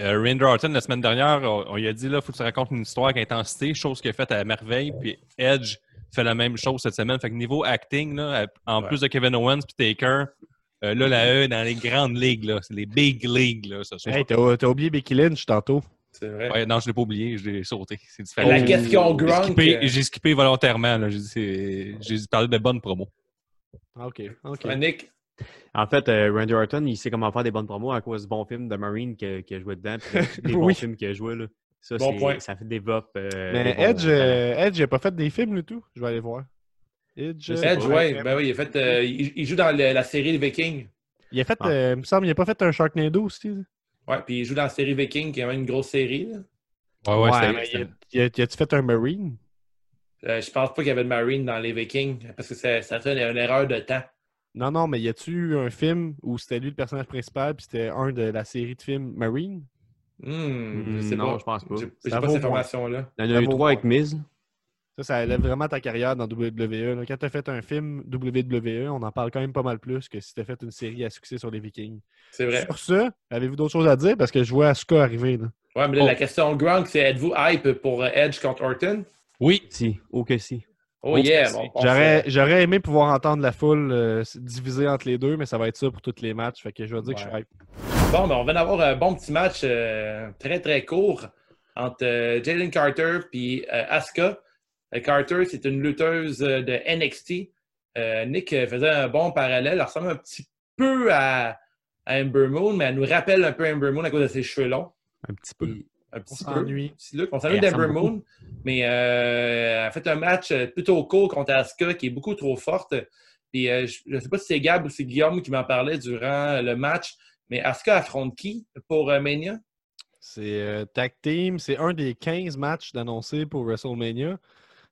euh, Randy Orton, la semaine dernière, on, on lui a dit là, faut que tu racontes une histoire avec intensité, chose qu'il a faite à merveille. Puis Edge fait la même chose cette semaine. Fait que niveau acting, là, en Ouais. plus de Kevin Owens puis Taker, euh, là, la E est dans les grandes ligues, là, c'est les big leagues. Là, ce soir. Hey, t'as t'as oublié Becky Lynch tantôt. C'est vrai. Ouais, non, je l'ai pas oublié, je l'ai sauté. C'est différent. La question J'ai grunk. skippé, euh, j'ai skippé volontairement. là. J'ai dit, c'est- j'ai dit- parlé de bonnes promos. Ah, OK. OK. ouais, Nick, En fait, euh, Randy Orton, il sait comment faire des bonnes promos à cause du bon film de Marine que- qu'il a joué dedans, *laughs* puis des bons Oui. films qu'il a joué. Là. Ça, Bon c'est- point. ça fait développe. euh, des Mais bons Edge, talents. euh, Edge, il a pas fait des films, du tout. Je vais aller voir. Edge, euh, Edge, ouais, ouais, ben oui, il, a fait, euh, il, il joue dans le- la série Viking. Il a fait, Ah. euh, il me semble, il a pas fait un Sharknado aussi. là? Ouais, puis il joue dans la série Viking, qui est même une grosse série. là. Ouais, ouais, c'était- mais c'était- il a- il a- il a-tu fait un Marine? Euh, je pense pas qu'il y avait de Marine dans les Vikings, parce que ça, ça fait une, une erreur de temps. Non, non, mais y a-tu eu un film où c'était lui le personnage principal, puis c'était un de la série de films Marine? Hmm, Hmm, je sais non, pas. je pense pas. J'ai j'ai Ça pas vaut cette moins. information-là. Il y en a eu trois avec Miz. Ça, ça élève vraiment ta carrière dans WWE. là. Quand t'as fait un film WWE, on en parle quand même pas mal plus que si t'as fait une série à succès sur les Vikings. C'est *laughs* vrai. Sur ce, avez-vous d'autres choses à dire? Parce que je vois Asuka arriver. là. Ouais, mais là, Oh. la question grunk, c'est êtes-vous hype pour euh, Edge contre Orton? Oui, Si, ou que si. Oh Oh, yeah! si. bon, on J'aurais sait. j'aurais aimé pouvoir entendre la foule euh, s- divisée entre les deux, mais ça va être ça pour tous les matchs. Fait que je vais dire que je suis Ouais. hype. Bon, ben, on vient d'avoir un bon petit match euh, très très court entre euh, Jalen Carter puis euh, Asuka. Euh, Carter, c'est une lutteuse euh, de NXT. Euh, Nick euh, faisait un bon parallèle. Elle ressemble un petit peu à, à Amber Moon, mais elle nous rappelle un peu Amber Moon à cause de ses cheveux longs. Un petit peu. Puis, un petit peu. S'ennuie. petit look. On s'ennuie Elle d'Amber ressemble Moon, mais euh, elle a fait un match euh, plutôt court contre Asuka qui est beaucoup trop forte. Puis euh, je ne sais pas si c'est Gab ou c'est Guillaume qui m'en parlait durant le match, mais Asuka affronte qui pour euh, Mania? C'est euh, Tag Team. C'est un des 15 matchs d'annoncés pour WrestleMania.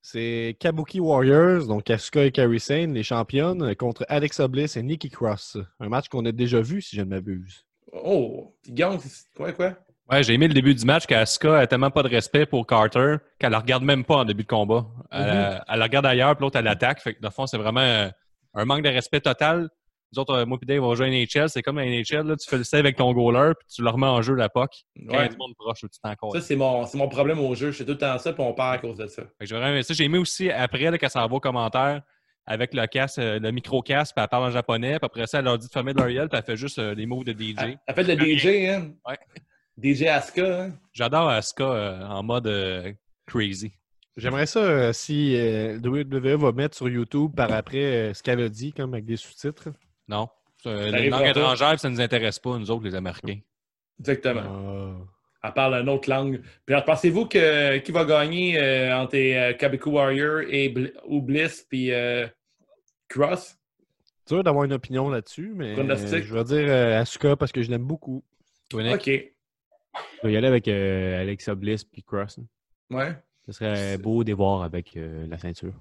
C'est Kabuki Warriors, donc Asuka et Kairi Sane, les championnes, euh, contre Alexa Bliss et Nikki Cross. Un match qu'on a déjà vu, si je ne m'abuse. Oh, puis Guillaume, c'est- quoi, quoi? Ouais, j'ai aimé le début du match qu'Asuka a tellement pas de respect pour Carter qu'elle la regarde même pas en début de combat. Elle, Mhm. euh, elle la regarde ailleurs, puis l'autre, elle l'attaque. Fait que, dans le fond, c'est vraiment euh, un manque de respect total. Nous autres, euh, moi et Dave, on va jouer à NHL. C'est comme à NHL, là, tu fais le save avec ton goaler, puis tu le remets en jeu, la POC. Quand il y a Ouais. du monde proche, là, tu t'encore. Ça, c'est mon, c'est mon problème au jeu. Je fais tout le temps ça, puis on perd à cause de ça. Fait que j'ai vraiment aimé ça. J'ai aimé aussi, après, là, qu'elle s'en va au commentaire avec le casque, euh, le micro-casque, puis elle parle en japonais, puis après ça, elle leur dit de fermer leur gueule, puis elle fait juste euh, les mots de DJ. En fait, le DJ, hein? Ouais. DJ Asuka, hein? J'adore Asuka euh, en mode euh, crazy. J'aimerais ça euh, si euh, WWE va mettre sur YouTube par après euh, ce qu'elle a dit, comme avec des sous-titres. Non. C'est euh, Ça la langue arrivera pas. étrangère, puis ça ne nous intéresse pas, nous autres, les Américains. Exactement. Ah. Elle parle une autre langue. Puis alors, pensez-vous que qui va gagner euh, entre euh, Kabuki Warrior et Bl- ou Bliss puis euh, Cross? Dur d'avoir une opinion là-dessus, mais Pronostic. euh, je vais dire euh, Asuka parce que je l'aime beaucoup. Toi, Nick? OK. Je vais y aller avec euh, Alexa Bliss puis Cross. hein. Ouais. Ce serait beau de les voir avec euh, la ceinture.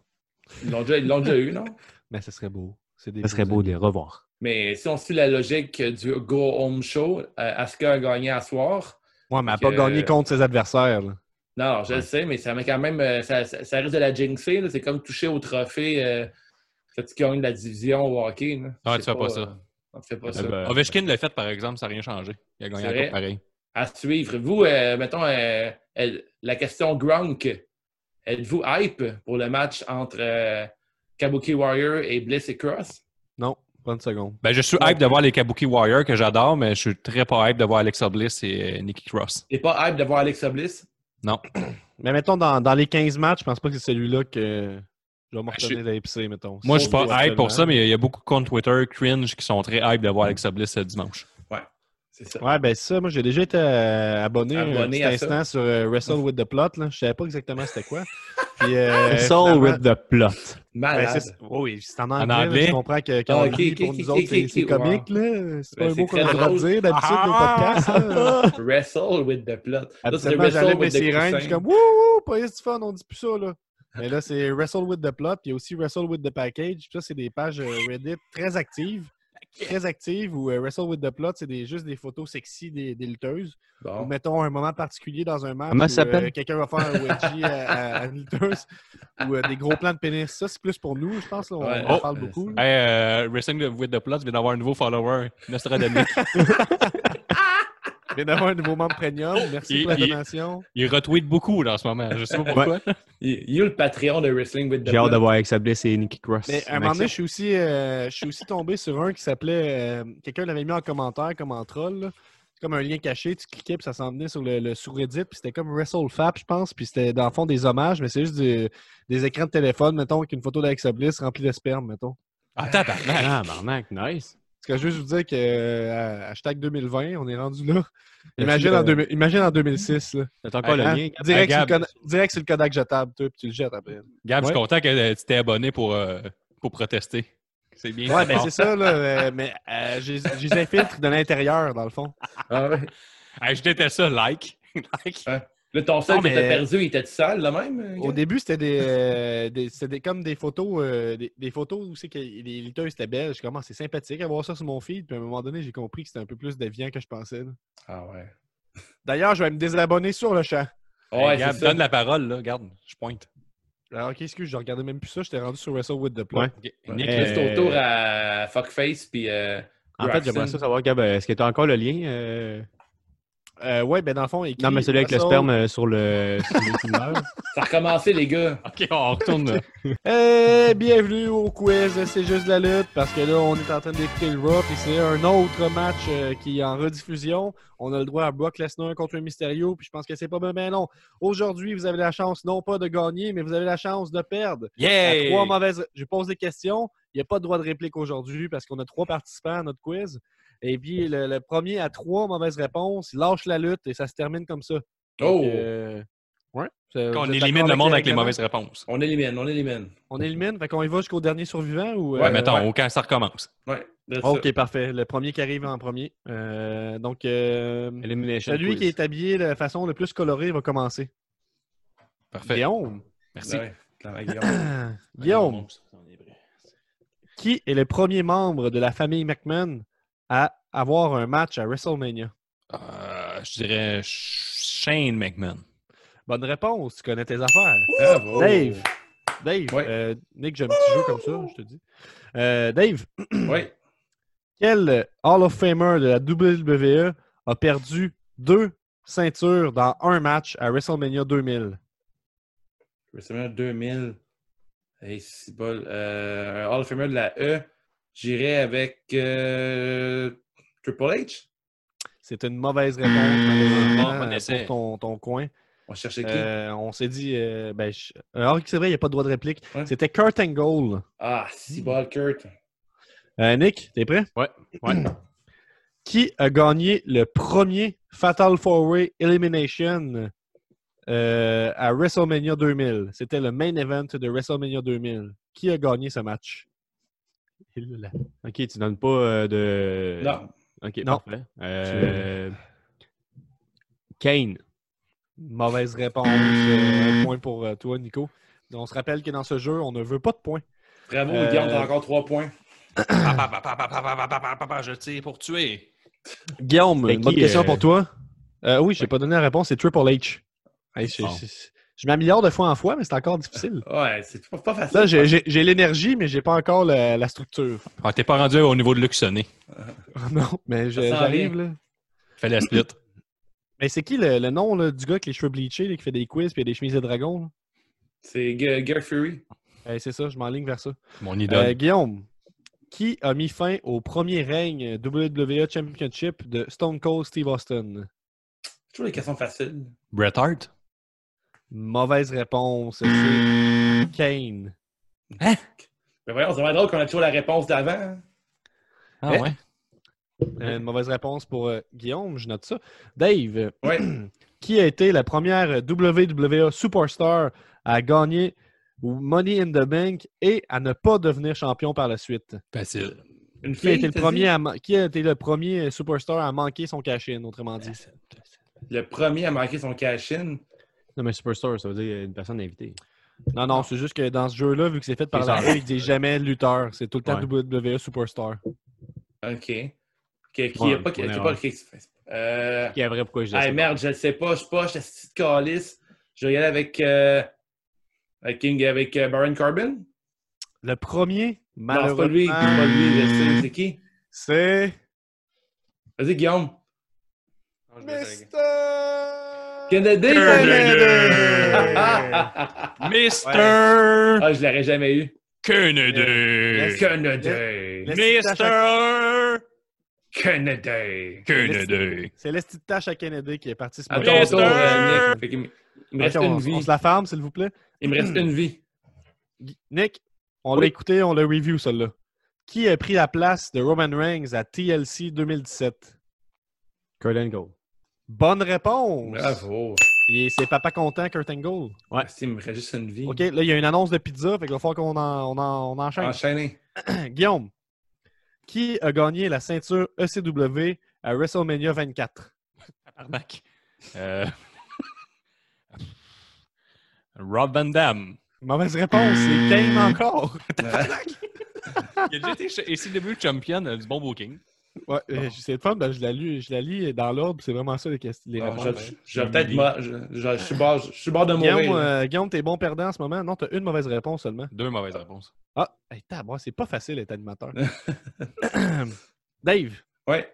Ils l'ont déjà, ils l'ont déjà eu, non? Mais ce serait beau. C'est des Ce serait beaux beau de les revoir. Mais si on suit la logique du Go Home Show, euh, Asuka a gagné à soir. Ouais, mais elle n'a Fait pas que- gagné contre ses adversaires. là. Non, je le sais, mais ça met quand même. euh, Ça, ça- ça risque de la jinxer. là. C'est comme toucher au trophée. Euh, quand tu gagnes la division au hockey. là. Ah, tu C'est fais pas ça. Eh On ne fait euh, pas Ah ça. Euh, ben, Ovechkin l'a fait, par exemple, ça n'a rien changé. Il a gagné C'est la vrai. coupe pareil. à suivre. Vous, euh, mettons, euh, elle- la question Gronk, êtes-vous hype pour le match entre euh, Kabuki Warrior et Bliss et Cross? Non, pas une seconde. Ben, je suis hype de voir les Kabuki Warriors que j'adore, mais je suis très pas hype de voir Alexa Bliss et euh, Nikki Cross. Et pas hype de voir Alexa Bliss? Mais mettons, dans, dans les 15 matchs, je pense pas que c'est celui-là que je vais me je- retourner d'APC, mettons. Moi, je suis pas Sauf hype éventuellement. pour ça, mais il y a beaucoup de comptes Twitter cringe qui sont très hype de voir Alexa Bliss euh, dimanche. C'est ça. Ouais, ben ça, moi j'ai déjà été euh, abonné, un Abonné petit à ça. instant sur euh, Wrestle with the Plot. Là. Je savais pas exactement c'était quoi. Puis, euh, Soul finalement- with the plot. Ben, Malade. c'est- oh oui, c'est en En anglais. là, anglais? je comprends que quand on Ah, le ok, dit, ok, pour ok, nous ok, autres, c'est ok, c'est ok, comique. là. C'est pas Ben, un c'est mot qu'on très a le droit de drôle. Ah! dire d'habitude nos podcasts. là. *laughs* Wrestle with the plot. Ça, c'est Habituellement, j'allais mes with the sirènes, coussin. je suis comme « Wouhou, pas yes, du fun, on dit plus ça, là ». Mais là, c'est « Wrestle with the Plot », puis il y a aussi « Wrestle with the Package ». Puis ça, c'est des pages euh, Reddit très actives, très actives, où euh, Wrestle with the Plot », c'est des, juste des photos sexy des, des lutteuses. Ou Bon. mettons un moment particulier dans un match Comment ça où euh, s'appelle? quelqu'un va faire un wedgie à, à- à une lutteuse, ou euh, des gros plans de pénis. Ça, c'est plus pour nous, je pense, là, on, Ouais. on Oh. parle beaucoup. là. Hey, euh, Wrestling with the Plot vient d'avoir un nouveau follower, Nostradamus. Je viens d'avoir un nouveau membre premium, merci Il- pour la il- donation. il retweet beaucoup là, en ce moment. Je sais pas pourquoi. You, you, le Patreon de Wrestling with the J'ai hâte plot. d'avoir Alexa Bliss et Nikki Cross. Mais à un en moment donné, je action. suis aussi, euh, je suis aussi tombé sur un qui s'appelait. euh, Quelqu'un l'avait mis en commentaire comme en troll. là. C'est comme un lien caché, tu cliquais puis ça s'en venait sur le, le sur Reddit, puis c'était comme WrestleFap, je pense, puis c'était dans le fond des hommages, mais c'est juste du- des écrans de téléphone, mettons, avec une photo d'Alexa Bliss remplie de sperme, mettons. Ah, tabarnak! Ah, barnac, nice. Parce que je veux juste vous dire que euh, hashtag 2020, on est rendu là. T'as-tu Imagine, en, le- 2000 imagine en 2006, là. T'as encore le Hein? lien. Gab? Direct, Ah, sur le Gab. Kodak- direct sur le Kodak jetable, toi, puis tu le jettes après. Gab, je Ouais. suis content que euh, tu t'es abonné pour, euh, pour protester. C'est bien. Ouais, c'est ben fort. c'est ça, là. euh, mais euh, j'ai j'ai infiltre de l'intérieur, dans le fond. Ah ouais. Hey, je déteste ça, like. *laughs* like. Là, ton seul Non, que mais- t'as perdu, il était sale, là même? Au début, c'était des, euh, des- c'était des- comme des photos, euh, des, des photos où c'est que les lutteuses étaient belles. Je commence, c'est sympathique à voir ça sur mon feed. Puis à un moment donné, j'ai compris que c'était un peu plus déviant que je pensais. là. Ah ouais. Ah D'ailleurs, je vais me désabonner sur le champ. Hey, Ouais, Gab, c'est ça. donne la parole, là. Regarde, je pointe. Alors, ok, excuse, je regardais même plus ça. J'étais rendu sur Wrestle with the Plot. Ouais. Ok. Ouais. Nick, Juste euh, autour à Fuckface, puis... euh, En fait, j'aimerais Roxanne. ça savoir, Gab, euh, est-ce que t'as encore le lien? euh, Euh, ouais, ben dans le fond, écrit Non, mais celui avec le Wrestle- sperme euh, *laughs* sur le. sur les couleurs. Ça a recommencé, les gars. OK, Oh, on retourne. là. Euh, bienvenue au quiz, de c'est juste de la lutte parce que là on est en train d'écouter le Raw puis c'est un autre match euh, qui est en rediffusion. On a le droit à Brock Lesnar contre Mysterio puis je pense que c'est pas bien ben long. Aujourd'hui vous avez la chance non pas de gagner mais vous avez la chance de perdre. À Yeah! trois mauvaises. Je pose des questions. Il n'y a pas de droit de réplique aujourd'hui parce qu'on a trois participants à notre quiz. Et puis le, le premier à trois mauvaises réponses il lâche la lutte et ça se termine comme ça. Donc, Oh! euh, ouais. C'est- On vous êtes élimine d'accord le monde avec les Alexandre? mauvaises réponses. On élimine, on élimine. On élimine, fait qu'on y va jusqu'au dernier survivant ou. Ouais, euh, mettons, au- quand ça recommence. Ouais, that's it. Ok, parfait. Le premier qui arrive en premier. Euh, donc, euh, Elimination celui quiz. qui est habillé de façon le plus colorée va commencer. Parfait. Guillaume. *clears throat* Merci. Ben Ouais, dans la guillaume. Guillaume, qui est le premier membre de la famille McMahon à avoir un match à WrestleMania? Euh, je dirais Shane McMahon. Bonne réponse, tu connais tes affaires. Bravo. Dave. Dave, Ouais. euh, Nick, j'ai un petit jeu comme ça, je te dis. Euh, Dave, Ouais. quel Hall of Famer de la WWE a perdu deux ceintures dans un match à WrestleMania 2000? WrestleMania 2000. Hey, c'est bol. Euh, un Hall of Famer de la E. J'irai avec euh, Triple H. C'est une mauvaise réponse, malheureusement, Bon, bon euh, essai. pour ton, ton coin. On cherchait qui? Euh, on s'est dit, euh, ben, je- alors que c'est vrai, il n'y a pas de droit de réplique. Ouais. C'était Kurt Angle. Ah, si bol, Kurt. Euh, Nick, t'es prêt? Ouais, ouais. *clears throat* Qui a gagné le premier Fatal Four-Way Elimination euh, à WrestleMania 2000? C'était le main event de WrestleMania 2000. Qui a gagné ce match? Ok, tu donnes pas euh, de. Non. *laughs* Ok, Non. parfait. Euh, Kane. Mauvaise réponse. Euh, un point pour euh, toi, Nico. On se rappelle que dans ce jeu, on ne veut pas de points. Bravo, Euh, Guillaume, t'as encore trois points. Pa, pa, pa, pa, pa, pa, pa, pa, pa, pa, pa, Je tire pour tuer. Guillaume, Mais une qui, bonne question euh, pour toi. Euh, oui, je n'ai pas donné la réponse, c'est Triple H. Hey, je Bon. je- je m'améliore de fois en fois, mais c'est encore difficile. Ouais, c'est pas, pas facile. Là, j'ai- j'ai j'ai l'énergie, mais j'ai pas encore la, la structure. *laughs* Ah, T'es pas rendu au niveau de luxonné. non, mais je- Ça s'en j'arrive là. Fais la split. Mais c'est qui le, le nom là, du gars avec les cheveux bleachés, là, qui fait des quiz et des chemises de dragon? C'est Gu- Guy Fury. là? Eh, c'est ça, je m'enligne vers ça. Mon idole. Euh, Guillaume, qui a mis fin au premier règne WWE Championship de Stone Cold Steve Austin? Toujours les questions faciles. Bret Hart. Mauvaise réponse, c'est Kane. Mais voyons, c'est vraiment drôle qu'on a toujours la réponse d'avant. hein. Ah Eh? ouais. Euh, Une mauvaise réponse pour euh, Guillaume, je note ça. Dave, euh, *clears throat* Ouais. qui a été la première euh, WWE Superstar à gagner Money in the Bank et à ne pas devenir champion par la suite? Facile. Une Qui a été le t'as premier, dit? à ma- qui a été le premier euh, Superstar à manquer son cash-in, autrement dit? Euh, Le premier à marquer son cash-in. Non, mais Superstar, ça veut dire euh, une personne invitée. Non, non, c'est juste que dans ce jeu-là, vu que c'est fait par la règle, il dit jamais lutteur. C'est tout le temps WWE Superstar. OK. Qui- qui Ouais, a pas. Qui, on est qui a en- pas qui- euh, Qui est vrai pourquoi je dis Ah ça? merde, je le sais pas, je suis pas, je suis de calice. Je vais y aller avec, euh, avec King, avec euh, Baron Corbin. Le premier, Non, c'est pas lui, c'est pas malheureusement, lui, je sais, c'est qui? c'est... Vas-y, Guillaume. Non, je vais Kennedy! ah, Mr. je l'aurais jamais eu. Kennedy. Kennedy! Mr. Kennedy! Kennedy. C'est l'esti de tâche à Kennedy qui est parti ce À matin. ton Mister! tour, euh, Nick. Fait qu'il me- Il me reste Ok, on, une on vie. se la ferme, s'il vous plaît. Il me reste une vie. Gui- Nick, on Oui. l'a écouté, on l'a review, celle-là. Qui a pris la place de Roman Reigns à TLC 2017? Kurt Angle. Bonne réponse! Bravo. Et c'est papa content, Kurt Angle. Ouais. Il me reste juste une vie. OK, là, il y a une annonce de pizza, fait qu'il va falloir qu'on en- on en- on enchaîne. *laughs* Enchaîné. *clears throat* Guillaume, qui a gagné la ceinture ECW à WrestleMania 24? Arnaque. Euh, *laughs* Rob Van Damme. Mauvaise réponse, c'est Hmm. Kane encore! *laughs* Il a déjà été ch- ECW champion euh, du bon booking. Ouais, euh, c'est le fun, ben, je, la lis, je la lis dans l'ordre, puis c'est vraiment ça les, ques- les Ah, réponses. je- Je vais peut-être. mo- Je je- je suis bord- je suis bord de mourir. Guillaume, euh, Guillaume, t'es bon perdant en ce moment. Non, t'as une mauvaise réponse seulement. Deux mauvaises réponses. Ah, hey, tabarnak, c'est pas facile d'être *laughs* animateur. *clears throat* Dave, Ouais.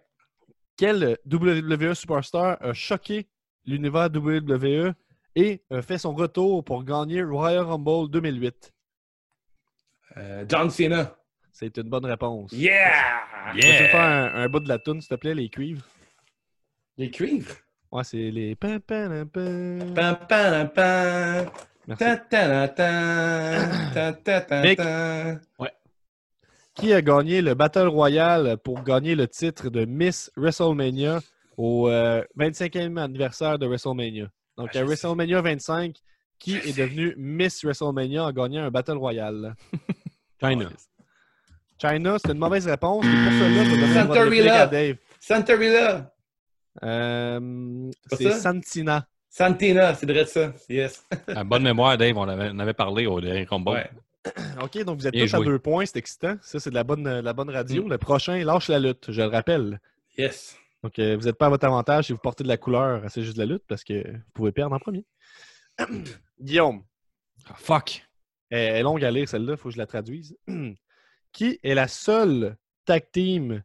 quel euh, WWE E Superstar a choqué l'univers WWE et a fait son retour pour gagner Royal Rumble 2008? Euh, John Cena. C'est une bonne réponse. Yeah! Peux-tu me faire un, un bout de la toune, s'il te plaît, les cuivres? Les cuivres. Ouais, c'est les... pam, pam, pam, pam. Pam, pam, pam. Merci. Ta, ta, la, ta. Ta, ta, ta, Nick. ta. Qui a gagné le Battle Royale pour gagner le titre de Miss WrestleMania au euh, 25e anniversaire de WrestleMania? Ah, je Donc, à sais. WrestleMania 25, qui est devenue Miss WrestleMania en gagnant un Battle Royale? China. China, c'est une mauvaise réponse. et pour cela, je vais donner le droit de Santorella. réplique à Dave. Santorilla! Euh, Pas c'est ça? Santina. Santina, c'est vrai de ça. Yes. À bonne mémoire, Dave, on avait, on avait parlé au dernier combat. Ouais. OK, donc vous êtes Bien tous à joué. deux points, c'est excitant. Ça, c'est de la bonne, de la bonne radio. Mm. Le prochain, lâche la lutte, je le rappelle. Yes. Donc, euh, vous n'êtes pas à votre avantage si vous portez de la couleur, c'est juste de la lutte parce que vous pouvez perdre en premier. *clears throat* Guillaume, Ah, fuck! elle est longue à lire celle-là, il faut que je la traduise. *clears throat* Qui est la seule tag team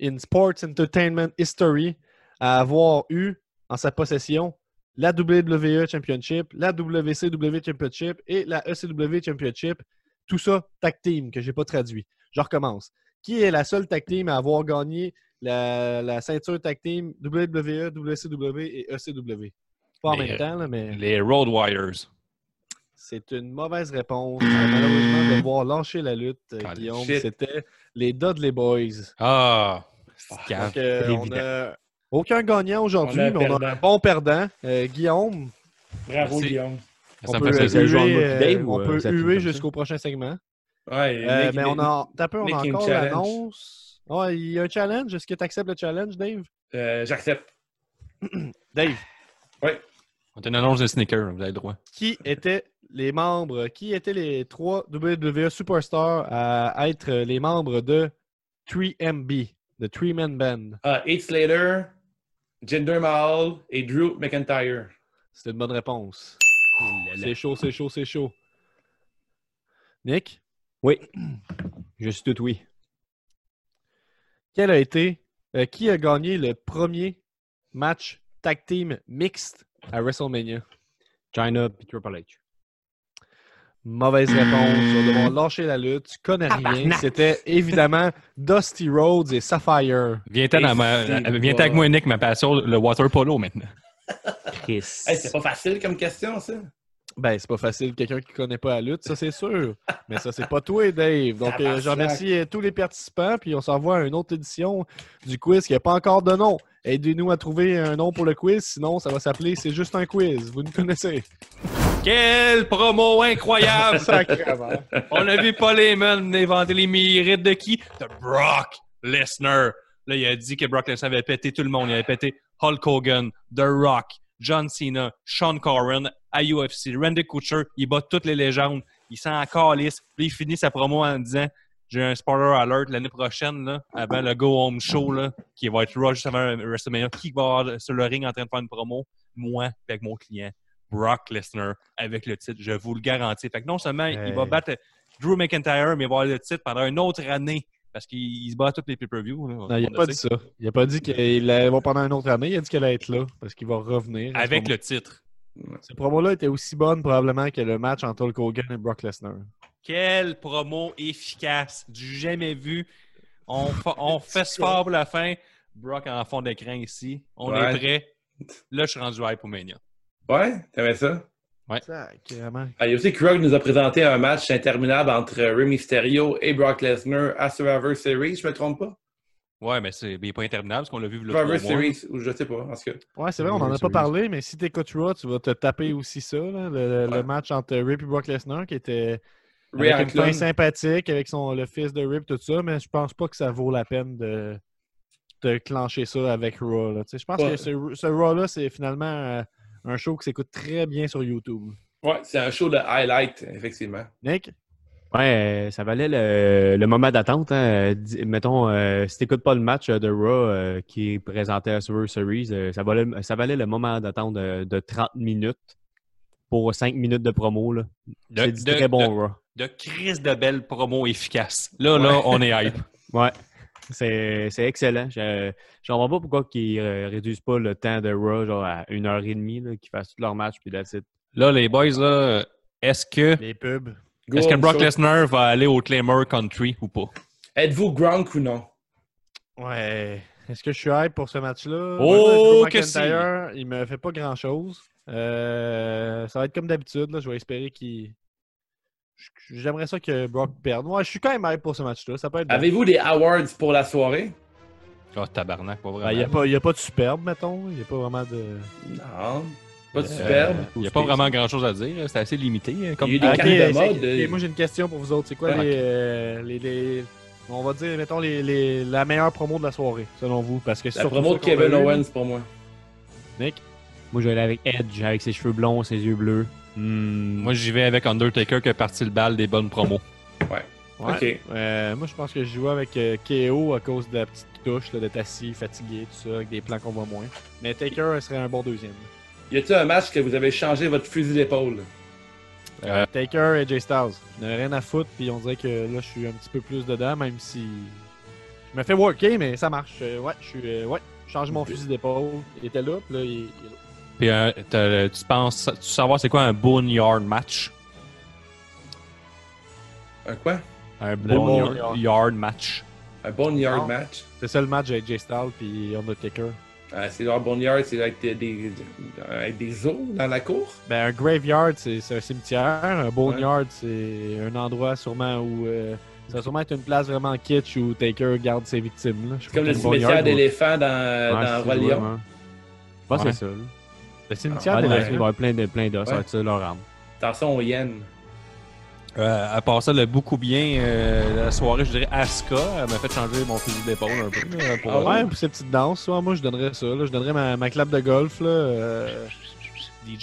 in Sports Entertainment History à avoir eu en sa possession la WWE Championship, la WCW Championship et la ECW Championship. Tout ça, tag team, que j'ai pas traduit. Je recommence. Qui est la seule tag team à avoir gagné la, la ceinture tag team E, WWE, WCW et ECW? Pas en Mais, même temps, là, mais Les Road Warriors. c'est une mauvaise réponse. On va Malheureusement, devoir lâcher la lutte, euh, Ah, Guillaume, shit. c'était les Dudley Boys. Ah! c'est cave. Donc, euh, on évident. a aucun gagnant aujourd'hui, On a un mais on a perdant. un bon perdant. Euh, Guillaume, Bravo, Merci. Guillaume. Ça On me peut fait plaisir. le jouer en huer, mode euh, Dave ou, on euh, peut ça finit huer comme ça? jusqu'au prochain segment. Ouais, Euh, Nick, mais on a, t'as peu, on a Nick, il y a une encore challenge. l'annonce. Ouais, il y a un challenge. Est-ce que tu acceptes le challenge, Dave? euh, J'accepte. Dave, On a une annonce de sneakers, vous avez le droit. qui étaient les membres, qui étaient les trois WWE Superstars à être les membres de 3MB, de Three Man Band? Ah, Heath Slater, Jinder Mahal et Drew McIntyre. C'est une bonne réponse. C'est chaud, c'est chaud, c'est chaud. Nick, Je suis tout oui. quel a été, euh, qui a gagné le premier match tag team mixte à WrestleMania? China puis Triple H. Mauvaise réponse. On va devoir lâcher la lutte. Tu connais rien. C'était évidemment Dusty Rhodes et Sapphire. Viens-t'en à ma- euh, Et c'est viens-t'en avec pas- moi, Nick, ma passion, le water polo maintenant. Chris. Hey, c'est pas facile comme question, ça. Ben, c'est pas facile. Quelqu'un qui connaît pas la lutte, ça c'est sûr. Mais ça, c'est pas toi, Dave. Donc, euh, je remercie euh, tous les participants. Puis on s'envoie à une autre édition du quiz qui n'a pas encore de nom. Aidez-nous à trouver un nom pour le quiz. Sinon, ça va s'appeler C'est juste un quiz. Vous nous connaissez. Quelle promo incroyable! Sacrément. On a vu Paul Heyman venir vanter les mérites de qui? De Brock Lesnar. Là, il a dit que Brock Lesnar avait pété tout le monde. Il avait pété Hulk Hogan, The Rock, John Cena, Sean Corran à UFC. Randy Couture, il bat toutes les légendes. Il s'en calisse. Puis il finit sa promo en disant J'ai un spoiler alert l'année prochaine, là, avant le Go Home Show, là, qui va être Raw juste avant WrestleMania. Qui va avoir sur le ring en train de faire une promo? Moi, avec mon client. Brock Lesnar avec le titre, je vous le garantis. Fait que non seulement il va Hey. battre Drew McIntyre, mais il va avoir le titre pendant une autre année parce qu'il il se bat à toutes les pay-per-views. là. Non, On il n'a le pas sait. dit ça. Il n'a pas dit qu'il allait voir pendant une autre année. Il a dit qu'elle allait être là parce qu'il va revenir. à ce Avec le titre. Cette promo-là était aussi bonne probablement que le match entre Hulk Hogan et Brock Lesnar. Quelle promo efficace, du jamais vu. On, fa- on fesse fort pour la fin. Brock en fond d'écran ici. On Ouais. est prêt. Là, je suis rendu hype pour Mania. Ouais, t'avais ça. Sacrément. Ah, il y a aussi Krug nous a présenté un match interminable entre Rey Mysterio et Brock Lesnar à Survivor Series, je me trompe pas? Ouais, mais c'est mais il est pas interminable parce qu'on l'a vu le Survivor Series, ou je sais pas, en tout cas. Ouais, c'est vrai, on n'en a pas Sérieux. parlé, mais si t'écoutes Raw, tu vas te taper aussi ça, là, le, le Ouais. match entre Rip et Brock Lesnar, qui était Rey avec une hein? fin Arklund. sympathique, avec son, le fils de Rip, tout ça, mais je pense pas que ça vaut la peine de, de clencher ça avec Raw. là. Tu sais, Je pense Ouais. que ce, ce Raw-là, c'est finalement euh, un show qui s'écoute très bien sur YouTube. Ouais, c'est un show de highlight, effectivement. Nick? Ouais, euh, ça valait le, le moment d'attente. hein. Dis- Mettons, euh, si t'écoutes pas le match euh, de Raw euh, qui est présenté à Survivor Series, euh, ça, valait, ça valait le moment d'attente de, de 30 minutes pour 5 minutes de promo. là. De, C'est du de- très bon de- Raw. de crise de belle promo efficace. Là, là, on est hype. Ouais. C'est c'est excellent. Je je comprends pas pourquoi ils euh, réduisent pas le temps de Raw genre à une heure et demie, là, qu'ils fassent tout leur match puis that's it. Là, les boys, là, est-ce que, Les pubs. Go est-ce que home Brock show. Lesnar va aller au Claimer Country ou pas? Êtes-vous Gronk ou non? Ouais. Est-ce que je suis hype pour ce match-là? Oh, Moi, Drew que si! McIntyre, Il me fait pas grand-chose. Euh, ça va être comme d'habitude. là. Je vais espérer qu'il. J- J'aimerais ça que Brock perde. Ouais, je suis quand même hype pour ce match-là. Ça peut être. bon. Avez-vous des awards pour la soirée? Ah, tabarnak, pas vraiment. Ben, Il n'y a, pas- il y a pas de superbe, mettons. Il n'y a pas vraiment de. Non. Pas de superbe. Il n'y a pas vraiment grand-chose à dire. C'est assez limité. euh, Comme... Il y a eu des Ah, cartes de mode. Et euh, moi, j'ai une question pour vous autres. C'est quoi Ouais. les, euh, les, les- On va dire, mettons, les, les- la meilleure promo de la soirée, selon vous? Parce que La surtout promo ça de qu'on a Kevin eu, Owens pour moi. Moi, je vais aller avec Edge, avec ses cheveux blonds, ses yeux bleus. Hmm, moi, j'y vais avec Undertaker qui a parti le bal des bonnes promos. Ouais. Ok. Euh, moi, je pense que je joue avec euh, KO à cause de la petite touche, là, d'être assis, fatigué, tout ça, avec des plans qu'on voit moins. Mais Taker elle serait un bon deuxième. Y a-t-il un match que vous avez changé votre fusil d'épaule? Taker et Jay Styles. Je n'ai rien à foutre, puis on dirait que là, je suis un petit peu plus dedans, même si. Je me fais worker, mais ça marche. Euh, ouais, je suis. euh, ouais, je change mon fusil d'épaule. Il était là, puis là, il, il est là. Puis, euh, t'as- tu penses, tu veux savoir c'est quoi un boneyard match? Un quoi? Un boneyard. boneyard yard match. Un boneyard Non. match. C'est ça le match avec Jay Styles, puis Undertaker. Ah, c'est genre boneyard, c'est avec des, des, avec des os dans la cour. Ben, un graveyard, c'est c'est un cimetière. Un boneyard, c'est un endroit sûrement où. euh, ça va sûrement être une place vraiment kitsch où Taker garde ses victimes. là. Je C'est comme le pense que cimetière boneyard, d'éléphant dans, Ouais, dans c'est Roi ça, Lion. ouais. Je pense que c'est ça. là. Le cimetière Ouais, d'éléphants. Il va y avoir plein de- plein d'os, ça va Ah, Ouais. être ça leur arme. Attention aux yens. Euh, à part ça, le beaucoup bien euh, la soirée, je dirais Asuka. Elle m'a fait changer mon fusil d'épaule un peu. là, pour- Ah Ouais, pour ces petites danses, ouais, moi je donnerais ça. là. Je donnerais ma, ma clap de golf là, euh,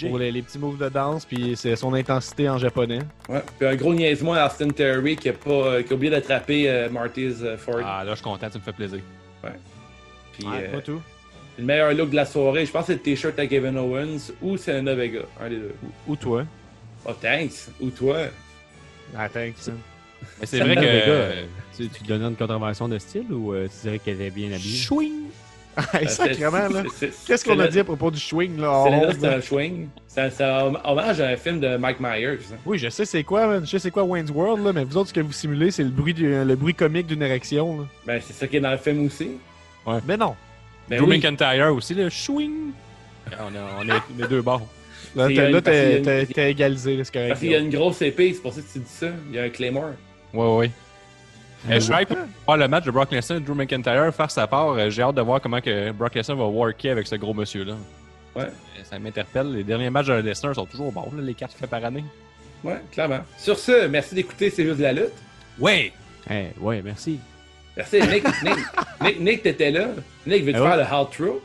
pour les, les petits moves de danse, puis c'est son intensité en japonais. Ouais. Puis un gros niaisement à Austin Terry qui a, pas, euh, qui a oublié d'attraper euh, Marty's euh, Ford. Ah, là, je suis content, tu me fais plaisir. Puis, Ouais, euh, pas tout. le meilleur look de la soirée, je pense que c'est le t-shirt à Kevin Owens ou c'est un Vega. Un des deux. Ou toi. Oh, thanks. Ou toi. Attends, Mais c'est vrai que. Les gars, euh, Tu, tu donnais une contravention de style ou euh, tu dirais qu'elle est bien habillée? chouing! Ah, hey, *laughs* sacrément, là. Qu'est-ce qu'on a dit à propos du swing là? en Celle-là, honte, c'est là? un swing. C'est un- C'est un hommage à un film de Mike Myers. hein. Oui, je sais c'est quoi, man. Je sais c'est quoi Wayne's World, là, mais vous autres, ce que vous simulez, c'est le bruit du- euh, le bruit comique d'une érection. Là. Ben, c'est ça qui est dans le film aussi. Mais non. Ben Drew oui. McIntyre aussi, là. Chouing! Ah, On, a- on *laughs* est les deux bords. Là, C'est t'es- une- là, parce qu'il y a t'es une- t'es- t'es égalisé, là, c'est correct. Parce qu'il y a une grosse épée, c'est pour ça que tu dis ça. Il y a un Claymore. Ouais, ouais. Euh, je suis hype pour voir le match de Brock Lesnar et Drew McIntyre faire sa part. Euh, J'ai hâte de voir comment que Brock Lesnar va worker avec ce gros monsieur-là. Ouais. Euh, Ça m'interpelle. Les derniers matchs de Lesnar sont toujours bons, là, les quatre faits par année. Ouais, clairement. Sur ce, merci d'écouter C'est juste de la lutte. Ouais! Eh, ouais, merci. Merci, Nick. Nick, Nick, Nick, t'étais là. Nick, veux-tu Ah ouais? faire le hard throw?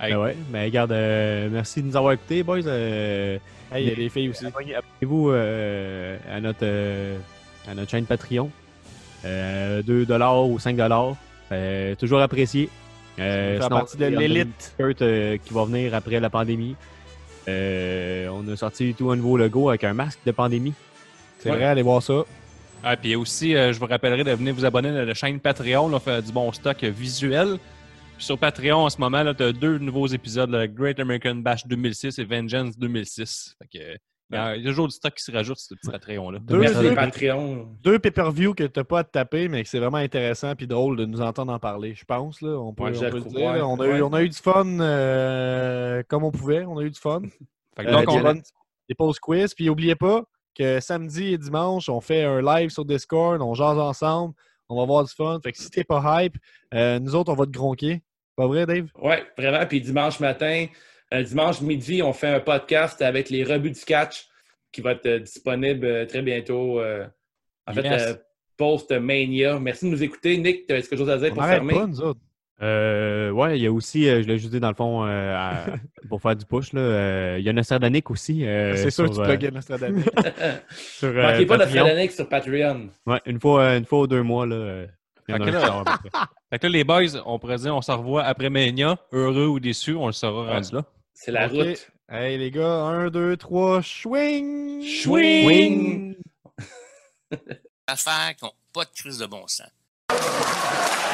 Hey. Ben ouais, mais regarde, euh, merci de nous avoir écoutés, boys. Euh, Hey, il y a les filles aussi. Abonnez-vous euh, à, notre, euh, à notre chaîne Patreon. Euh, 2$ ou 5$. Euh, toujours apprécié. Euh, Faire sinon, partie de on a l'élite. un t-shirt, euh, qui va venir après la pandémie. Euh, on a sorti tout un nouveau logo avec un masque de pandémie. C'est vrai, allez voir ça. Ah, puis aussi, euh, je vous rappellerai de venir vous abonner à la chaîne Patreon. Là, on fait du bon stock euh, visuel. Puis sur Patreon, en ce moment, tu as deux nouveaux épisodes, le Great American Bash 2006 et Vengeance 2006. Fait que, euh, il y a toujours du stock qui se rajoute sur ce petit Patreon-là. Deux, Merci les deux, Patreons. deux pay-per-view que t'as pas à te taper, mais que c'est vraiment intéressant puis drôle de nous entendre en parler, je pense. Là. On peut, Ouais, je on peut le crois, dire. là. On, a ouais. eu, on a eu du fun euh, comme on pouvait. On a eu du fun. Fait que Euh, donc, on- des bonnes- des pauses quiz. Puis n'oubliez pas que samedi et dimanche, on fait un live sur Discord, on jase ensemble, on va avoir du fun. Fait que si t'es pas hype, euh, nous autres, on va te gronquer. Pas vrai, Dave? Ouais, vraiment. Puis dimanche matin, euh, dimanche midi, on fait un podcast avec les rebuts du catch qui va être euh, disponible euh, très bientôt. euh, en fait, Yes. euh, post-mania. Merci de nous écouter. Nick, tu as quelque chose à dire On pour arrête fermer? pas, nous autres. Euh, ouais, il y a aussi, euh, je l'ai juste dit dans le fond, euh, à- pour faire du push, là, euh, il y a Nostradanik aussi. euh, c'est sûr que tu sur, euh, plugues Nostradamus. sur, euh, Manquez pas Patreon. Nostradamus sur Patreon. Ouais, une fois, euh, une fois aux deux mois, là. euh, il y en Fait a que un là- qui sort à peu près. fait que là, les boys, on pourrait dire, on se revoit après Mania. Heureux ou déçu, on le saura Ouais. rendu là. C'est la Ok. route. Hey les gars, 1, 2, 3, swing! Swing! affaire qui n'ont pas de crise de bon sens.